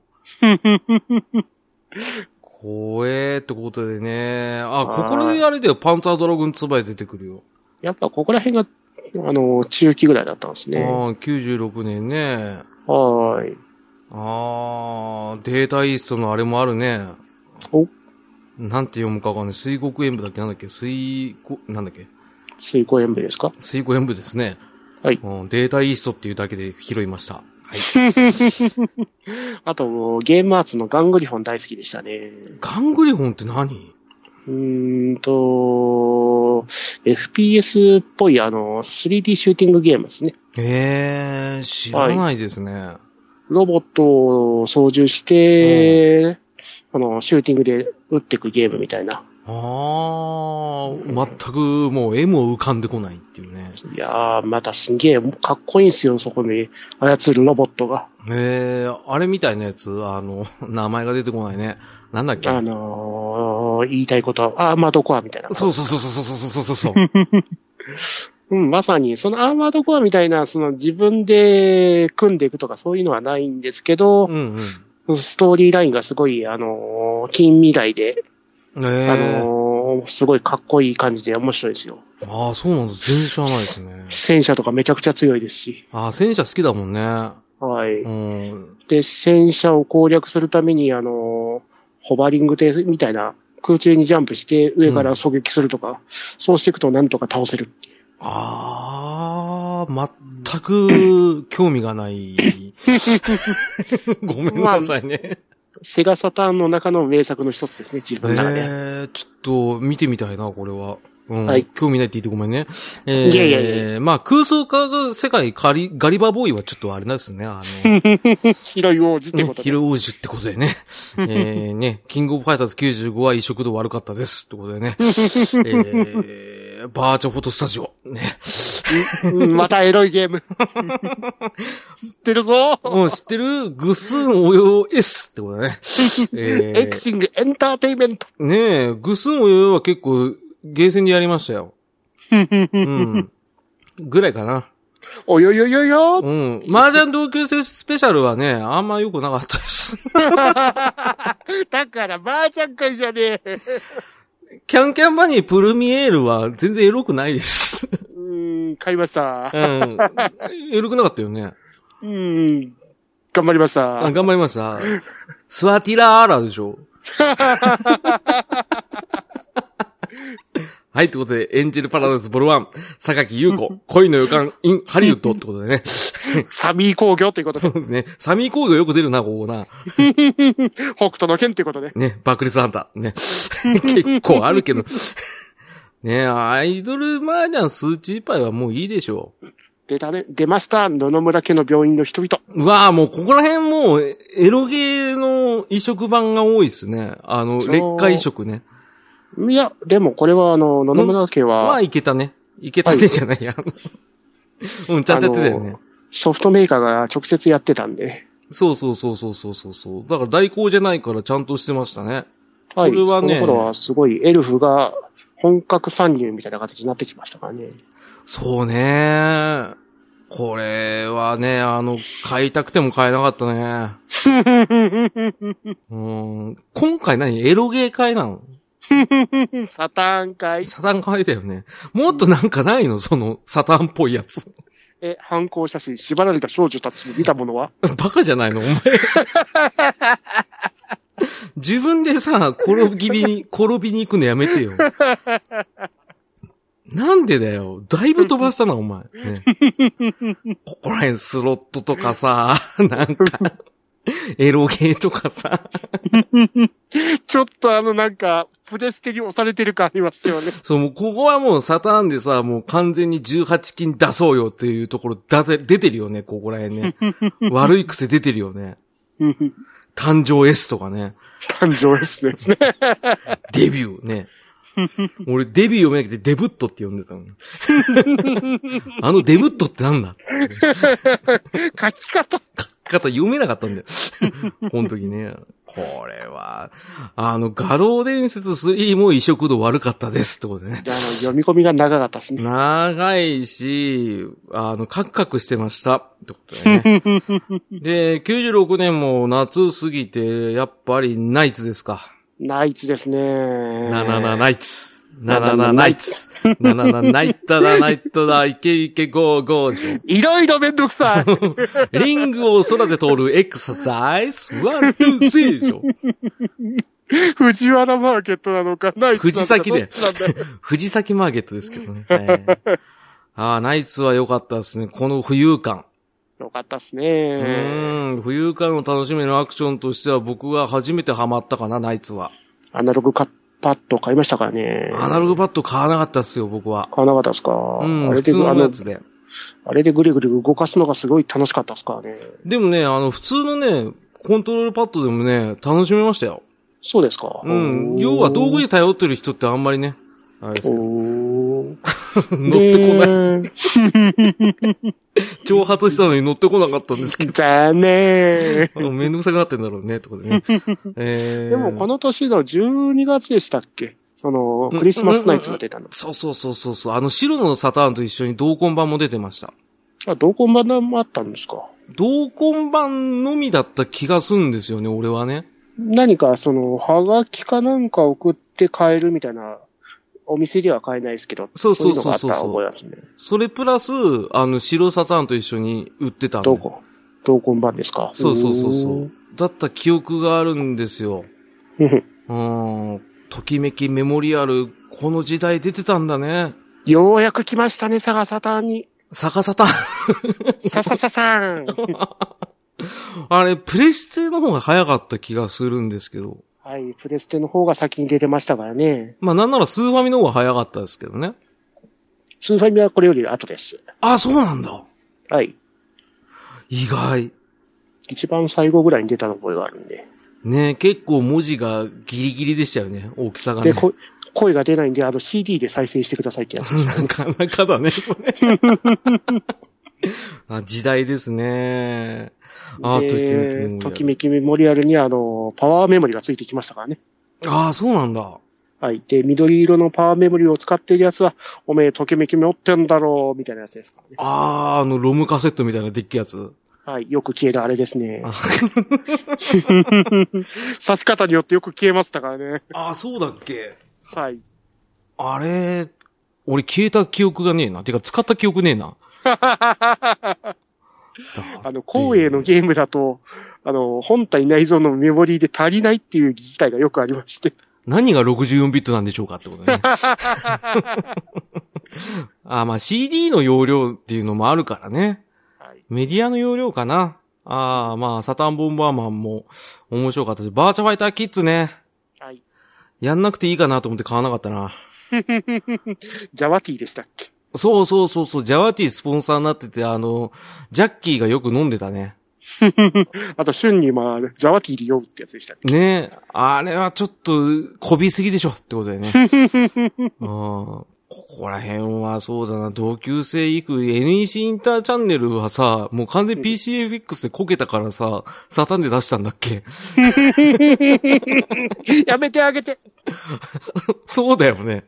怖えってことでね。はあ、いここであれだよ。パンツァードラグンツバイ出てくるよ。やっぱここら辺が、あの、中期ぐらいだったんですああね。、 96年ね。はーい。ああ、データイーストのあれもあるね。お、なんて読むかわかんない。水国演舞だっけなんだっけ水国、なんだっけ水光演舞ですか水国演舞ですね。はいうん、データイーストっていうだけで拾いました。はい。あと、ゲームアーツのガングリフォン大好きでしたね。 *laughs* ガングリフォンって何うーんと、FPS っぽい、あの、3D シューティングゲームですね。ええー、知らないですね。ロボットを操縦して、あの、シューティングで撃っていくゲームみたいな。ああ、全くもう絵も浮かんでこないっていうね。いやー、またすんげえかっこいいんすよ、そこに操るロボットが。ええー、あれみたいなやつ、あの、 *laughs* 名前が出てこないね。なんだっけあのー、言いたいことは、アーマードコアみたいな。そうそうそうそうそうそうそう *laughs* そうう。ん、まさに、そのアーマードコアみたいな、その自分で組んでいくとかそういうのはないんですけど、うんうん。ストーリーラインがすごい、あのー、近未来で、ええあー。のー、すごいかっこいい感じで面白いですよ。ああー、そうなんだ。全然知らないですね。戦車とかめちゃくちゃ強いですし。ああ、戦車好きだもんね。はい。うん。で、戦車を攻略するために、あの、ホバリング艇みたいな、空中にジャンプして上から狙撃するとか、そうしていくとなんとか倒せるっていう。ああ、全く興味が *laughs* ない。ごめんなさいね。セガサターンの中の名作の一つですね、自分の中で。えー、ちょっと見てみたいな、これは。うん、はい興味ないって言ってごめんね。えー、いやいやいまあ空想科学世界カリ、ガリバーボーイはちょっとあれなんですね。あ *laughs* の、広い王子ってねこ、とヒで。ロ王子ってことで *laughs* ね。えー、ね、キングオブファイターズ95は移植度悪かったです。ってことで *laughs* ね。えー、バーチャフォトスタジオ。ね。うんまたエロいゲー *laughs* ム。知ってるぞ、うん、知ってるグスン応用 S ってことだね。*laughs* えエクシングエンターテイメント。ー、ねえ、グスン応用は結構、ゲーセンでやりまし *laughs* たよ。うん。ぐらいかな。およよよようん。麻雀同級生スペシャルはね、あんま良くなかったです。 *laughs* だから、ばあちゃん会じゃねえ。キャンキャンバニープルミエールは全然エロくないです。 *laughs* うーん、買いましたう。ん。エロくなかったよね。うーん、頑張りましたあ。頑張りました。スワティラーラでしょ。 *laughs* はい、ってことで、エンジェルパラダイスボルワン、榊優子、恋の予感 in ハリウッドってことでね。 *laughs* サミー工業ということそ *laughs* でう、ですね。サミー工業よく出るな、ここな。北斗の剣ということで。ね、爆裂ハンター。ね。結構あるけど。ねアイドル麻雀数値パイはもういいでしょ出たね、出ました、野々村家の病院の人々。う。うわあもうここら辺もう、エロゲーの移植版が多いですね。あの、そう劣化移植ね。いや、でもこれはあの、野々村家まはあ、いけたね。いけたねじゃないや。 *laughs* うん、ちゃんとやってたよね。ソフトメーカーが直接やってたんで。そうそうそうそうそうそうそう。だから代行じゃないからちゃんとしてましたね。はい。これはねその頃はすごいエルフが本格参入みたいな形になってきましたからね。そうね。これはね、あの、買いたくても買えなかったね。うん今回何エロゲー会なのサターン会。サタン会だよね。もっとなんかないのその、サタンっぽいやつ。え、反抗写真、縛られた少女たちに見たものは *laughs* バカじゃないのお前。自分でさ、転びに、転びに行くのやめてよ。なんでだよ。だいぶ飛ばしたな、お前。ねここら辺スロットとかさ、なんか、エロゲーとかさ、ちょっとあのなんか、プレステに押されてる感ありますよね。そう、もうここはもうサターンでさ、もう完全に18金出そうよっていうところだて出てるよね、ここら辺ね。悪い癖出てるよね。誕生 S とかね。 *laughs* 誕生ですね。デビューね。俺デビュー読めなくてデブットって呼んでたの。あのデブットってなんだ書き方。方読めなかったんだよ。 *laughs* この時ね。これは、あの、画廊伝説3も移植度悪かったですってことでね。であの、読み込みが長かったですね。長いし、あの、カクカクしてました。ってことだよね。で、96年も夏過ぎて、やっぱりナイツですか。ナイツですね。なななイナイツ。なななナイツ。なななナイタだナイトだ、イケイケゴーゴージョいろいろめんどくさい。リングを空で通るエクササイズ。ワン、ツー、スリージョ。 *laughs* 藤原マーケットなのか、ナイツなのか。藤崎でどっちなんだよ *laughs* 藤崎マーケットですけどね。はいああ、ナイツは良かったですね。この浮遊感。よかったっすうね。ーん、浮遊感を楽しめるアクションとしては僕が初めてハマったかな、ナイツは。アナログカパッド買いましたからね。アナログパッド買わなかったっすよ、僕は。買わなかったですか、うん、あれ普で、通あのやの、つで。あれでぐるぐる動かすのがすごい楽しかったですからね。でもね、あの、普通のね、コントロールパッドでもね、楽しめましたよ。そうですかうん。要は道具にに頼ってる人ってあんまりね、あれですけど乗乗ってこない。ない。挑発したのに乗ってこなかったんですけど。じゃあねあのめんどくさくなってんだろうね、ってことでね。えー、でもこの年の12月でしたっけその、クリスマスナイツが出たの。そうそうそうそうそう。あの、白のサターンと一緒に同梱版も出てました。あ、同梱版もあったんですか同梱版のみだった気がするんですよね、俺はね。何かその、はがきかなんか送って買えるみたいな、お店では買えないですけど、そうそうそうそういのがあった覚えますね。それプラス、あの、白サターンと一緒に売ってたんで同梱。同梱版ですかそうそうそうそうう。だった記憶があるんですよ。ーん。うーん。ときめきメモリアル、この時代出てたんだね。ようやく来ましたね、サガサターンに。逆サターン。ササササーン *laughs* あれ、プレステの方が早かった気がするんですけど。 *laughs* はい、プレステの方が先に出てましたからね。まあなんならスーファミの方が早かったですけどね。スーファミはこれより後です。あ、そうなんだ。はい。意外。一番最後ぐらいに出た覚えがあるんで。ね結構文字がギリギリでしたよね。大きさがね。で、こ声が出ないんで、あの CD で再生してくださいってやつでしたねなかなかだね、それ。 *laughs* あ時代ですね。あ、ときめでき、ときめきメモリアルにあの、パワーメモリがついてきましたからね。ああ、そうなんだ。はい。で、緑色のパワーメモリを使っているやつは、おめえときめき持ってんだろう、みたいなやつですからね。ああ、あの、ロムカセットみたいなでっけえやつ。はい。よく消えるあれです *laughs* ねあ。刺し方によってよく消えましたからね。ああ、そうだっけはい。あれ、俺消えた記憶がねえな。てか、使った記憶ね *laughs* えな。あの、光栄のゲームだと、あの、本体内蔵のメモリーで足りないっていう事態がよくありまして。何が64ビットなんでしょうかってことね。 *laughs* あーまあ CD の容量っていうのもあるからね。はい。メディアの容量かな。ああ、まあ、サタンボンバーマンも面白かったし、バーチャファイターキッズね。はい。やんなくていいかなと思って買わなかったな。ジャワティでしたっけそうそうそうそう、ジャワティスポンサーになってて、あの、ジャッキーがよく飲んでたね。あと、瞬にまあ、ジャワティで酔うってやつでしたっけねえ、あれはちょっと、こびすぎでしょってことだ *laughs* よね。うん。ここら辺はそうだな、同級生行く NEC インターチャンネルはさ、もう完全 PCFX でこけたからさ、サタンで出したんだっけ *laughs* やめてあげてそうだよ *laughs* ね。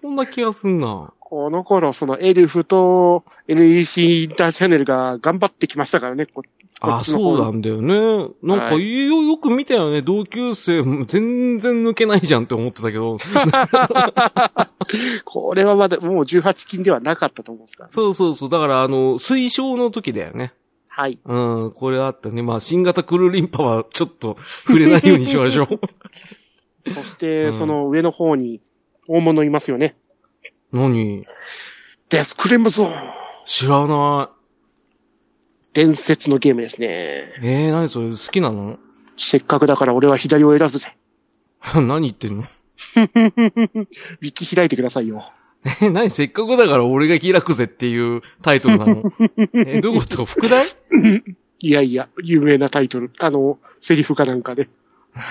そんな気がすんな。この頃、そのエルフと NEC インターチャンネルが頑張ってきましたからね。ここあ、っちのそ方うなんだよね。なんか、はよ、よく見たよね。同級生、全然抜けないじゃんって思ってた *laughs* けど。これはまだもう18金ではなかったと思うんですから。そうそうそう。だから、あの、推奨の時だよね。はい。うん、これあったね。まあ、新型クルリンパはちょっと触れないようにしましょう。そしうて、んその上の方に大物いますよね。何デスクレムゾーン知らな伝説のゲームですね。い。えー、何それ好きなの *laughs* せっかくだから俺は左を選ぶぜ。何言ってんの *laughs* ウィキ開いてくださいよ。えー、何せっかくだから俺が開くぜっていうタイトルなの。 *laughs* えー、どういうこと副題 *laughs* いやいや、有名なタイトル。あの、セリフかなんかで。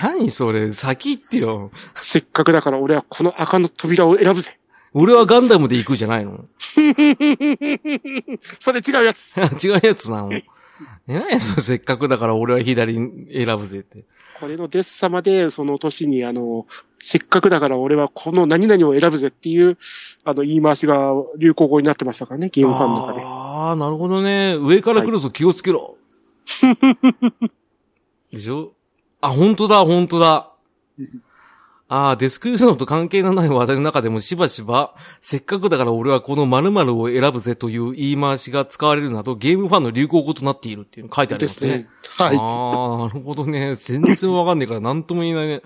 何それ先言ってよ。せっかくだから俺はこの赤の扉を選ぶぜ。俺はガンダムで行くじゃないの *laughs* それ違うやつ。違うやつなの。え *laughs* ー、何それせっかくだから俺は左選ぶぜって。これのデッサマで、その年に、あの、せっかくだから俺はこの何々を選ぶぜっていう、あの、言い回しが流行語になってましたからね、ゲームファンの中で。ああ、なるほどね。上から来るぞ、気をつけろ。 *laughs* でしょあ、本当だ、本当だ。ああ、デスクユースのと関係のない話題の中でもしばしば、せっかくだから俺はこの〇〇を選ぶぜという言い回しが使われるなど、ゲームファンの流行語となっているっていうの書いてありでますすね。ね。はああ、なるほどね。全然わかんないから何とも言えないね。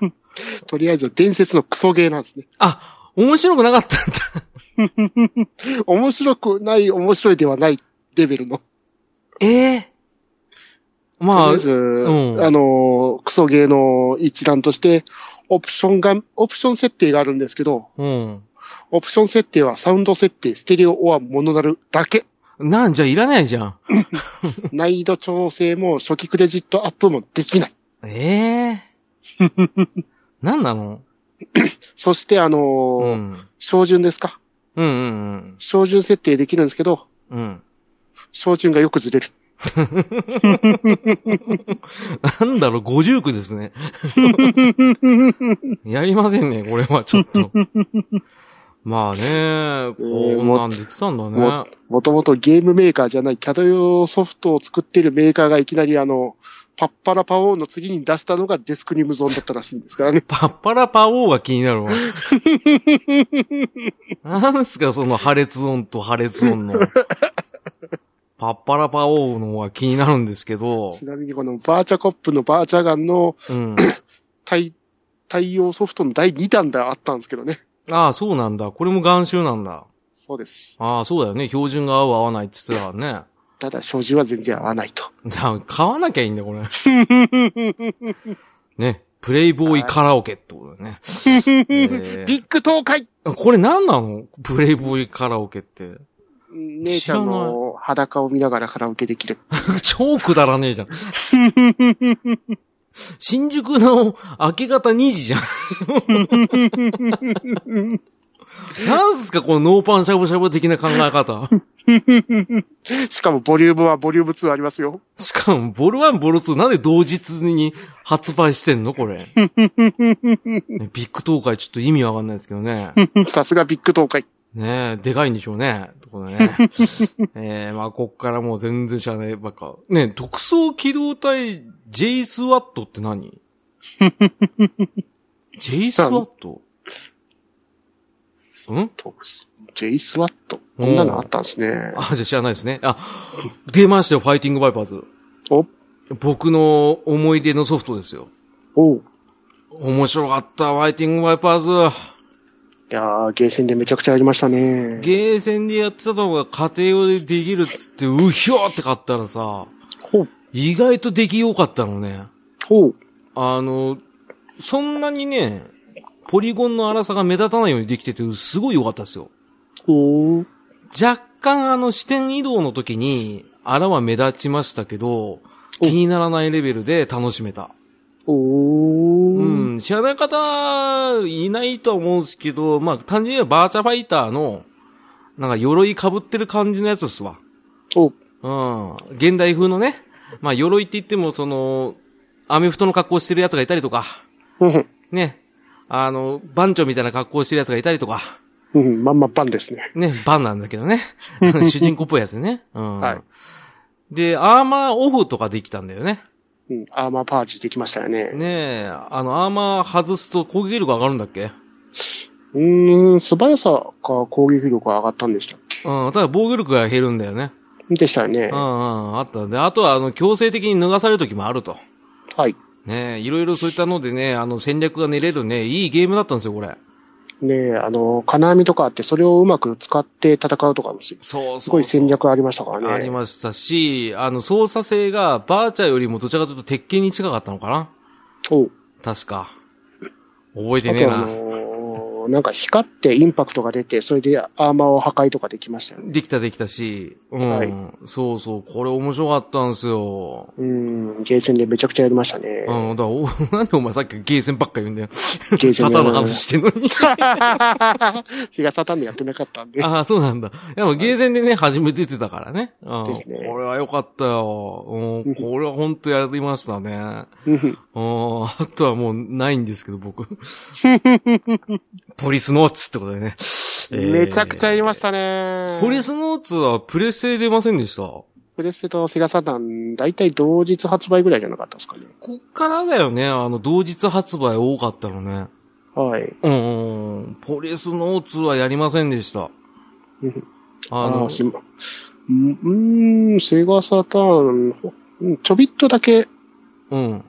い。とりあえず伝説のクソゲーなんですね。あ、面白くなかったんだ。面白くない、面白いではないレベルの。ええまとりああえ、ず、うんあの、クソゲーの一覧として、オプションが、オプション設定があるんですけど、うん。オプション設定はサウンド設定、ステレオオアモノナルだけ。なんじゃいらないじゃん。難易度調整も初期クレジットアップもできない。ええなんなのそして、あのうーん。照準ですかうんうん照準設定できるんですけど、うん。うん。照準がよくずれる。なんだろう、五十句ですね。 *laughs* やりませんね、これは、ちょっと。まあね、こうなんで言ってたんだね。も。もともとゲームメーカーじゃない CAD 用ソフトを作っているメーカーがいきなりあの、パッパラパオーンの次に出したのがデスクニムゾーンだったらしいんですからねパッパラパオーが気になるわ。 *laughs* なんすか、その破裂音と破裂音の。パッパラパオーのは気になるんですけど。ちなみにこのバーチャコップのバーチャガンのうん。対、対応ソフトの第2弾であったんですけどね。ああ、そうなんだ。これも眼臭なんだ。そうです。ああ、そうだよね。標準が合う合わないって言ってたからね。ただ、照準は全然合わないと。じゃあ、買わなきゃいいんだよ、これ。ね。プレイボーイカラオケってことだね。えビッグ東海ーこれ何なのプレイボーイカラオケって。姉ちゃんの裸を見ながらカラオケできる。超くだらねえじゃん。新宿の明け方2時じゃん。なんすか、このノーパンしゃぶしゃぶ的な考え方。しかもボリュームはボリューム2ありますよ。しかも、ボル1、ボル2、なんで同日に発売してんのこれ。ねビッグ東海ちょっと意味わかんないですけどね。さすがビッグ東海。ねえ、でかいんでしょうね。ってことでね。えー、まあ、こっからもう全然知らないばっか。ねえ特装機動隊 J スワットって何 ?J スワットんジェイスワット。こんなのあったんですね。あ、じゃあ知らないですね。あ、出ましたよ、ファイティングバイパーズ。お、僕の思い出のソフトですよ。おう。面白かった、ファイティングワイパーズ。いやー、ゲーセンでめちゃくちゃありましたね。ゲーセンでやってたのが家庭用でできるっつって、うひょーって買ったらさ、ほう、意外と出来良かったのね。ほう、あの、そんなにね、ポリゴンの粗さが目立たないようにできてて、すごい良かったですよ。ほう、若干あの視点移動の時に、あらは目立ちましたけど、気にならないレベルで楽しめた。ほう、うん、知らない方いないとは思うんですけど、まあ単純にはバーチャファイターの、なんか鎧被ってる感じのやつっすわ。ほう、うん。現代風のね、まあ鎧って言ってもその、アメフトの格好してるやつがいたりとか、うん、ね、あの、番長みたいな格好してるやつがいたりとか、うん、まんまパンですね。ね、バンなんだけ *laughs* どね。主人公っぽいやつね。うん。はいで、アーマーオフとかできたんだよね。うん、アーマーパーチできましたよね。ねえ、あの、アーマー外すと攻撃力上がるんだっけうーん、素早さか攻撃力が上がったんでしたっけうん、ただ防御力が減るんだよね。でしたよねうん。うん、あった。で、あとは、あの、強制的に脱がされる時もあると。はい。ねえ、いろいろそういったのでね、あの、戦略が練れるね、いいゲームだったんですよ、これ。ねえ、あの、金網とかあって、それをうまく使って戦うとかもすそうそうそう。すごい戦略ありましたからね。ありましたし、あの、操作性がバーチャーよりもどちらかというと鉄拳に近かったのかなおう確か。覚えてあねえとあな。のーなんか光ってインパクトが出て、それでアーマーを破壊とかできましたよね。できたできたし、うん、はいそうそう、これ面白かったんですよ。うん、ゲーセンでめちゃくちゃやりましたね。うん、だからお、 *laughs* なんでお前さっきゲーセンばっか言うんだよ。ゲーセンサタンの話してんのに。日がサタンでやってなか *laughs* ったんで。ああ、そうなんだ。でもゲーセンでね、初めて出てたからね。うん、ですねこれは良かったよ。うん、これは本当やりましたね。うんうん、あとはもうないんですけど、 *laughs* 僕。ポリスノーツってことでね。めちゃくちゃやりまししたね。ポリスノーツはプレステ出ませんでした。こプレステとセガサタン、だいたい同日発売ぐらいじゃなかったですかね。っからだよね、あの、同日発売多かったのね。はい。うんうん、ポリスノーツはやりませんでした。うんあの、ーしまうんうーん、セガサターン、ほうんちょびっとだけうん。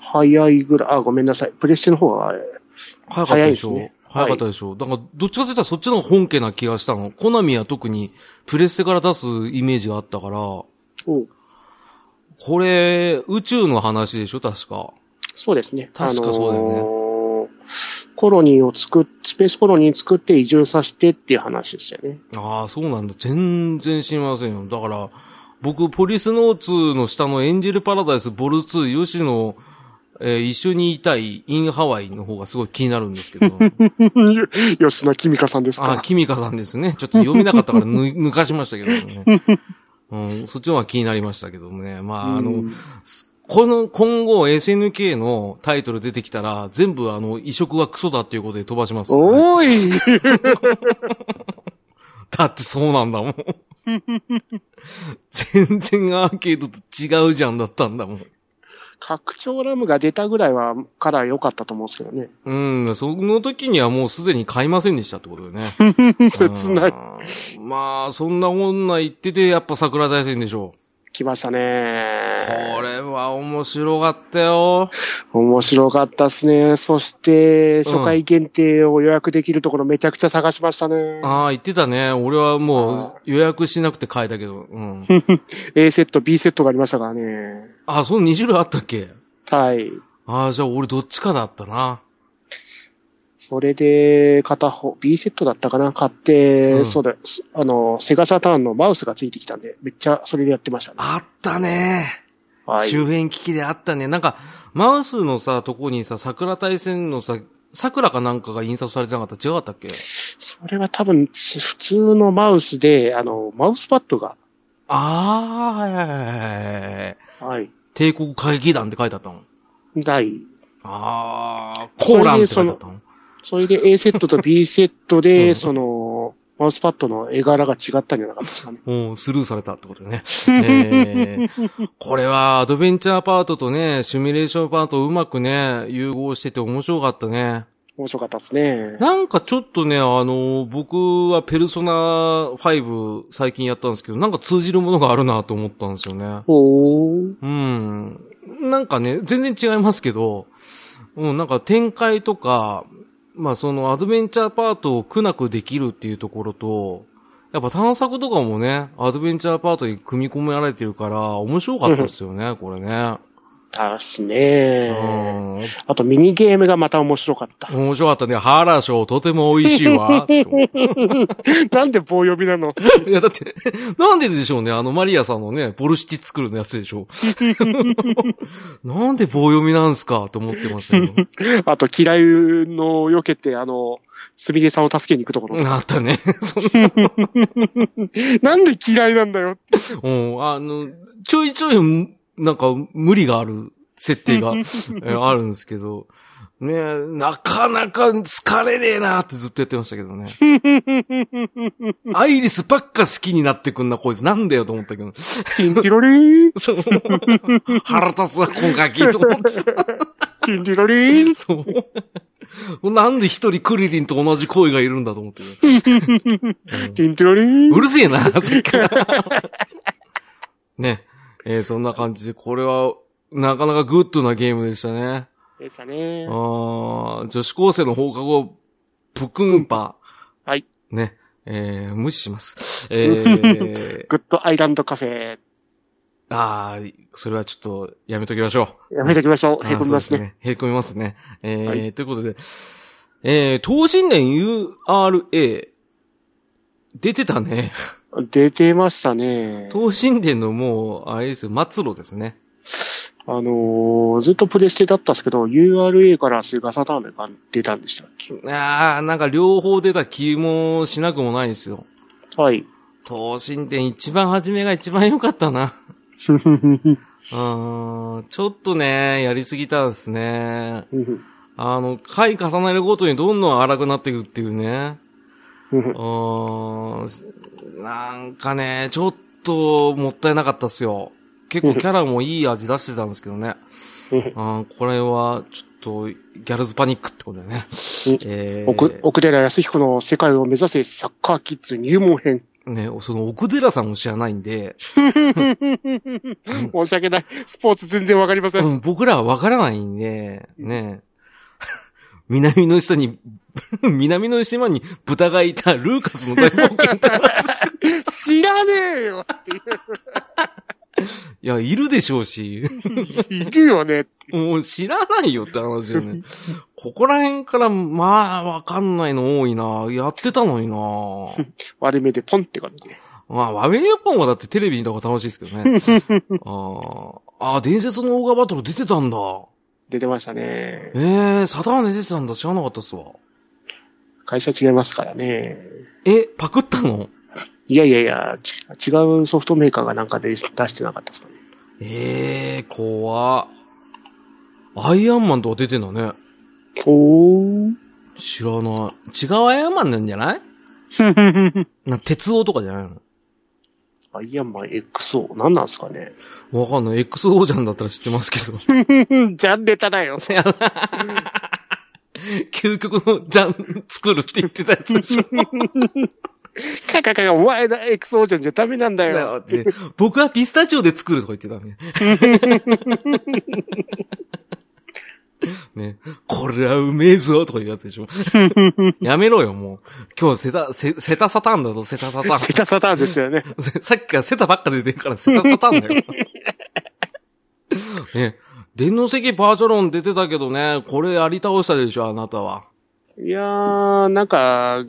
早いぐらい、あ、ごめんなさい。プレステの方が、早かったでしょ早いですね早かったでしょ、だから、どっちかというとそっちの方が本家な気がしたの。コナミは特にプレステから出すイメージがあったから、おこれ、宇宙の話でしょ確か。そうですね。確かそうだよねよね。コロニーを作っ、スペースコロニー作って移住させてっていう話ですよね。ああ、そうなんだ。全然知りませんよ。だから、僕、ポリスノー2の下のエンジェルパラダイス、ボル2、吉野、えー一緒にいたい、インハワイの方がすごい気になるんですけ *laughs* ど。 *laughs* 吉野君香さんですあ、か。キミカさんですね。ちょっと読めなかったからぬ抜かしましたけどね。うん、そっちの方が気になりましたけどもね。まあ、あの、すこの、今後 SNK のタイトル出てきたら、全部あの、移植がクソだっていうことで飛ばします。おーい *laughs* だってそうなんだもん。 *laughs* 全然アーケードと違うじゃんだったんだもん。拡張ラムが出たぐらいは、から良かったと思うんですけどね。うん、その時にはもうすでに買いませんでしたってこと *laughs* でね。切ない。うん。まあ、そんな女言ってて、やっぱ桜大戦でしょう。来ましたこね。れは面白かったよ。面白かったですね。そして、初回限定を予約できるところめちゃくちゃ探しましたね。ああ、言ってたね。俺はもう予約しなくて買えたけど。うん。 A セット、B セットがありましたからね。あ、その2種類あったっけはい。ああ、じゃあ俺どっちかだったな。それで、片方、B セットだったかな買って、うんそうだ、すあの、セガサターンのマウスがついてきたんで、めっちゃそれでやってましたね。あったね。はい。周辺機器であったね。なんか、マウスのさ、とこにさ、桜大戦のさ、桜かなんかが印刷されてなかった。違かったっけそれは多分、つ普通のマウスで、あの、マウスパッドが、ああ、はいはいはいはいはい。はい。帝国歌劇団って書いてあったの。ない。ああ、コーランって書いてあったの。それで A セッ *laughs* トと B セットで、その、マウスパッドの絵柄が違ったんじゃなかったですかね。うん、スルーされたってことでね。えーこれはアドベンチャーパートとね、シミュレーションパートをうまくね、融合してて面白かったね。面白かったですね。なんかちょっとね、あの、僕はペルソナ5最近やったんですけど、なんか通じるものがあるなと思ったんですよね。おー。うん。なんかね、全然違いますけど、うん、なんか展開とか、まあそのアドベンチャーパートを苦なくできるっていうところと、やっぱ探索とかもね、アドベンチャーパートに組み込められてるから、面白かったですよね、これね。だしうね。ん。あとミニゲームがまた面白か *laughs* った。面白かったね。ハラショーとても美味しいわ。いなんで棒呼びなのや、だって、なんででしょうね。あの、マリアさんのね、ボルシチ作るのやつでしょ。 *laughs* なんで棒読みなんすかと思ってましたけど。 *laughs* あと、嫌いの避けて、あの、すみれさんを助けに行くところ。あったね。 *laughs* そんなんで嫌いなんだよ。うん、あの、ちょいちょい、んなんか、無理がある設定が、えーあるんですけど、ねえなかなか疲れねえなってずっとやってましたけどね。アイリスばっか好きになってくんな、こいつ。なんだよと思ったけど。ティンティロリー *laughs* ン、そう。腹立つわ、今回聞いと思ってさ。ティンティロリーン。そう。 *laughs* なんで一人クリリンと同じ声がいるんだと思ってる。ティンティロリーン。うるせえな、 *laughs* そっか。ね。えーそんな感じで、これは、なかなかグッドなゲームでしたね。でしたねあ。ー女子高生の放課後、プクンパ。はい。ね。えー無視します。え *laughs* ーグッドアイランドカフェ。あーそれはちょっと、やめときましょう。やめときましょう。へこみますね。あ。そうでへこみますね。えーはいということで、えー、東進連 URA、出て *laughs* たね。出てましたね。東進連のもう、あれですよ、末路ですね。あのー、ずっとプレステだったんですけど、URA からセガサターンが出たんでしたっけあー、なんか両方出た気もしなくもないですよ。 *laughs* はい。東進連一番初めが一番良かったな。うーん、ちょっとね、やりすぎたんですね。あの、回重ねるごとにどんどん荒くなっていくっていうね。うーん、なんかね、ちょっともったいなかったっすよ。結構キャラもいい味出してたんですけどね。あーこれは、ちょっと、ギャルズパニックってことだよね。えー奥奥寺康彦の世界を目指せサッカーキッズ入門編。ね、その奥寺さんを知らないんで、申し訳ない。スポーツ全然わかりません。うん、僕らはわからないんで、ね *laughs* 南の下に、 *laughs* 南の島に豚がいたルーカスの大冒険ってなんですよ知らねえよっていう。いや、いるでしょう *laughs* し、いるよね。もう知らないよって話よね。ここら辺から、まあ、わかんないの多いな。やってたのに *laughs* な。割れ目でポンって感じで。まあ、ワメニャポンはだってテレビにいた方が楽しいですけど *laughs* ね。あーあー、伝説のオーガバトル出てたんだ。出てましたね。ええー、サターンで出てたんだ。知らなかったっすわ。会社違いますからね。え、パクったのいやいやいや、ち違うソフトメーカーがなんかで出してなかったですかね。ええー、怖っアイアンマンとか出てんだね。おー。知らない。違うアイアンマンなんじゃ *laughs* ないな、鉄王とかじゃないのアイアンマン XO。何なんですかね。わかんない。XO じゃんだったら知ってますけど。じゃんネタだよ。せやな。究極のジャン作るって言ってたやつでしょ。かかかか、お前だ、XO じゃんじゃダメなんだだよ。よって僕はピスタチオで作るとか言ってたね。ね。これはうめえぞとか言うやつでしょ。やめろよ、もう。今日セタ、セセタサターンだぞ、セタサターン。セタサターンですよね。せ *laughs* さっきからセタばっか出てるからセタサターンだよ。ね。電脳石バーチャロン出てたけどね、これやり倒したでしょ、あなたは。いやー、なんか、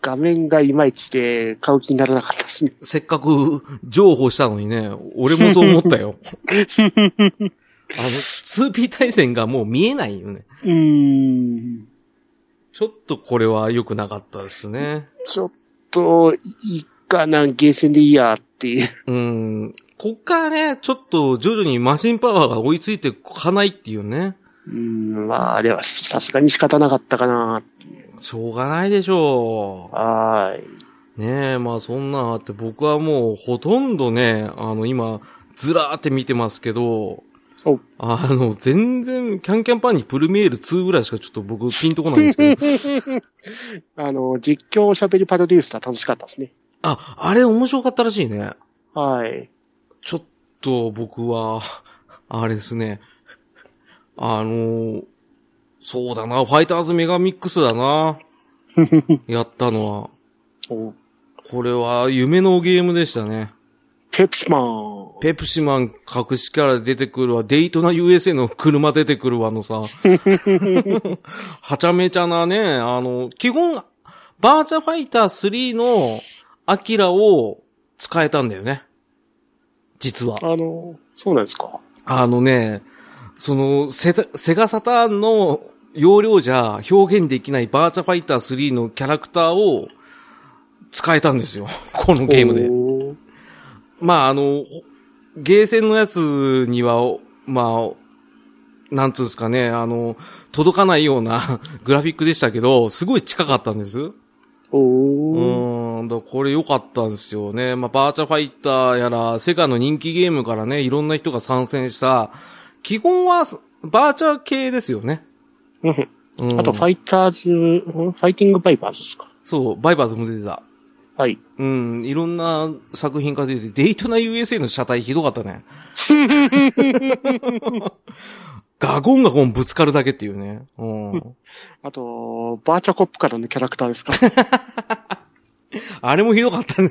画面がいまいちで買う気にならなかったですね。せっかく譲歩したのにね、俺もそう思ったよ。あの、2P 対戦がもう見えないよね。うーん。ちょっとこれは良くなかったですね。ちょっと、いいかな、ゲーセンでいいやっていう。うん。こっからね、ちょっと徐々にマシンパワーが追いついてかないっていうね。うーん、まあ、あれはさすがに仕方なかったかな。しょうがないでしょう。はーい。ねえ、まあそんなんあって僕はもうほとんどね、あの今、ずらーって見てますけど、おあの、全然、キャンキャンパンにプルメール2ぐらいしかちょっと僕ピンとこないんですけど、あの、実況おしゃべりパロデュースター楽しかったですね。あ、あれ面白かったらしいね。はい。ちょっと僕は、あれですね、あの、そうだな、ファイターズメガミックスだな。やったのは。おこれは夢のゲームでしたね。ペプシマン。ペプシマン隠しから出てくるわ、デイトナ USA の車出てくるわのさ、はちゃめちゃなね、あの、基本、バーチャファイター3のアキラを使えたんだよね。実は。あの、そうなんですか。あのね、そのセタ、セガサターンの容量じゃ表現できないバーチャファイター3のキャラクターを使えたんですよ。 *laughs* このゲームで。おまあ、あの、ほゲーセンのやつには、まあ、なんつうんですかね、あの、届かないような *laughs* グラフィックでしたけど、すごい近かったんです。うおーーん、だからこれ良かったんですよね。まあ、バーチャファイターやら、セガの人気ゲームからね、いろんな人が参戦した、基本は、バーチャ系ですよね。うんうん、あと、ファイターズ、んファイティングバイバーズですか。そう、バイバーズも出てた。はい。うん、いろんな作品が出て、デイトナ USA の車体ひどかった *laughs* ね。ガゴンガゴンぶつかるだけっていうね。うん。あと、バーチャコップからのキャラクター *laughs* ですか。あれもひど *laughs* かったね。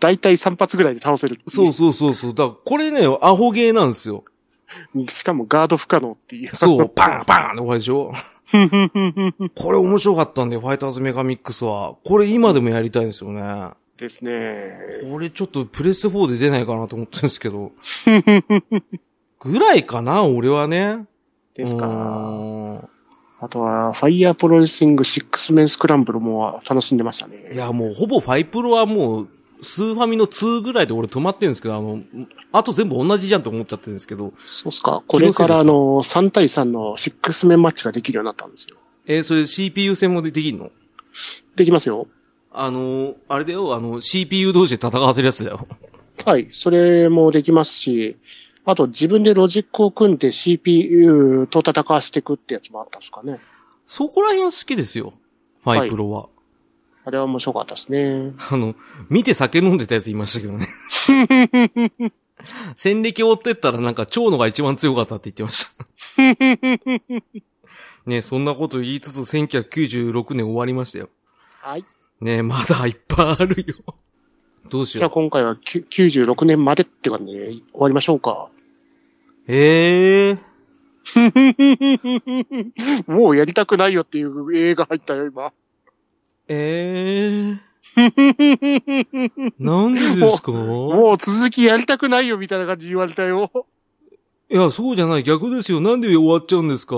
だいたい3発ぐらいで倒せる。そうそうそうそう。だからこれね、アホゲーなんですよ。しかもガード不可能っていう。そう、バンバンって終わりでしょ。 *laughs* これ面白かったんで、ファイターズメガミックスは。これ今でもやりたいんですよね。ですね。これちょっとプレス4で出ないかなと思ってるんですけど。ぐらいかな、俺はね。ですうか。ーんあとは、ファイヤープロレスリング6メンスクランブルも楽しんでましたいね。や、もうほぼファイプロはもう、スーファミの2ぐらいで俺止まってるんですけど、あの、あと全部同じじゃんと思っちゃってるんですけど、そうっすか。これからあ気のの、3対3の6メンマッチができるようになったんですよ。えーそれ CPU 戦もできんのできますよ。あのー、あれだよ、あの、CPU 同士で戦わせるやつだよ。はい。それもできますし、あと自分でロジックを組んで CPU と戦わせていくってやつもあったんですかね。そこら辺は好きですよ、ファイプロは。あれは面白かったですね。あの、見て酒飲んでたやついましたけど *laughs* ね。戦歴を追ってったらなんか蝶野が一番強かったって言ってました。 *laughs* ねそんなこと言いつつ1996年終わりましたよ。はい。ねえ、まだいっぱいあるよ。どうしじゃあよ今回はきゅ96年までって感じで終わりましょうか。う。ええー。もうやりたくないよっていう映画入ったよ、今。ええ *laughs* ー。なんでですかもう続きやりたくないよみたいな感じで言われたよ。いや、そうじゃない。逆ですよ。なんで終わっちゃうんですか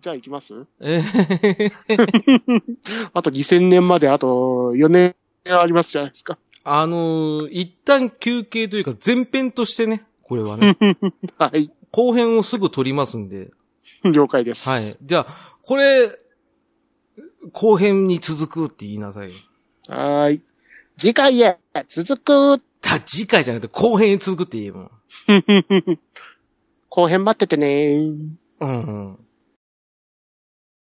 じゃあ行きますええー。あと2000年まであと4年ありますじゃないですか。 *laughs* あのー一旦休憩というか前編としてね。これはね。はい。後編をすぐ撮りますんで。了解です。は。い。じゃあ、これ、後編に続くって言いなさいよ。はーい。次回へ続くだ、次回じゃなくて後編に続くって言えば。後編待っててねー。うんうん。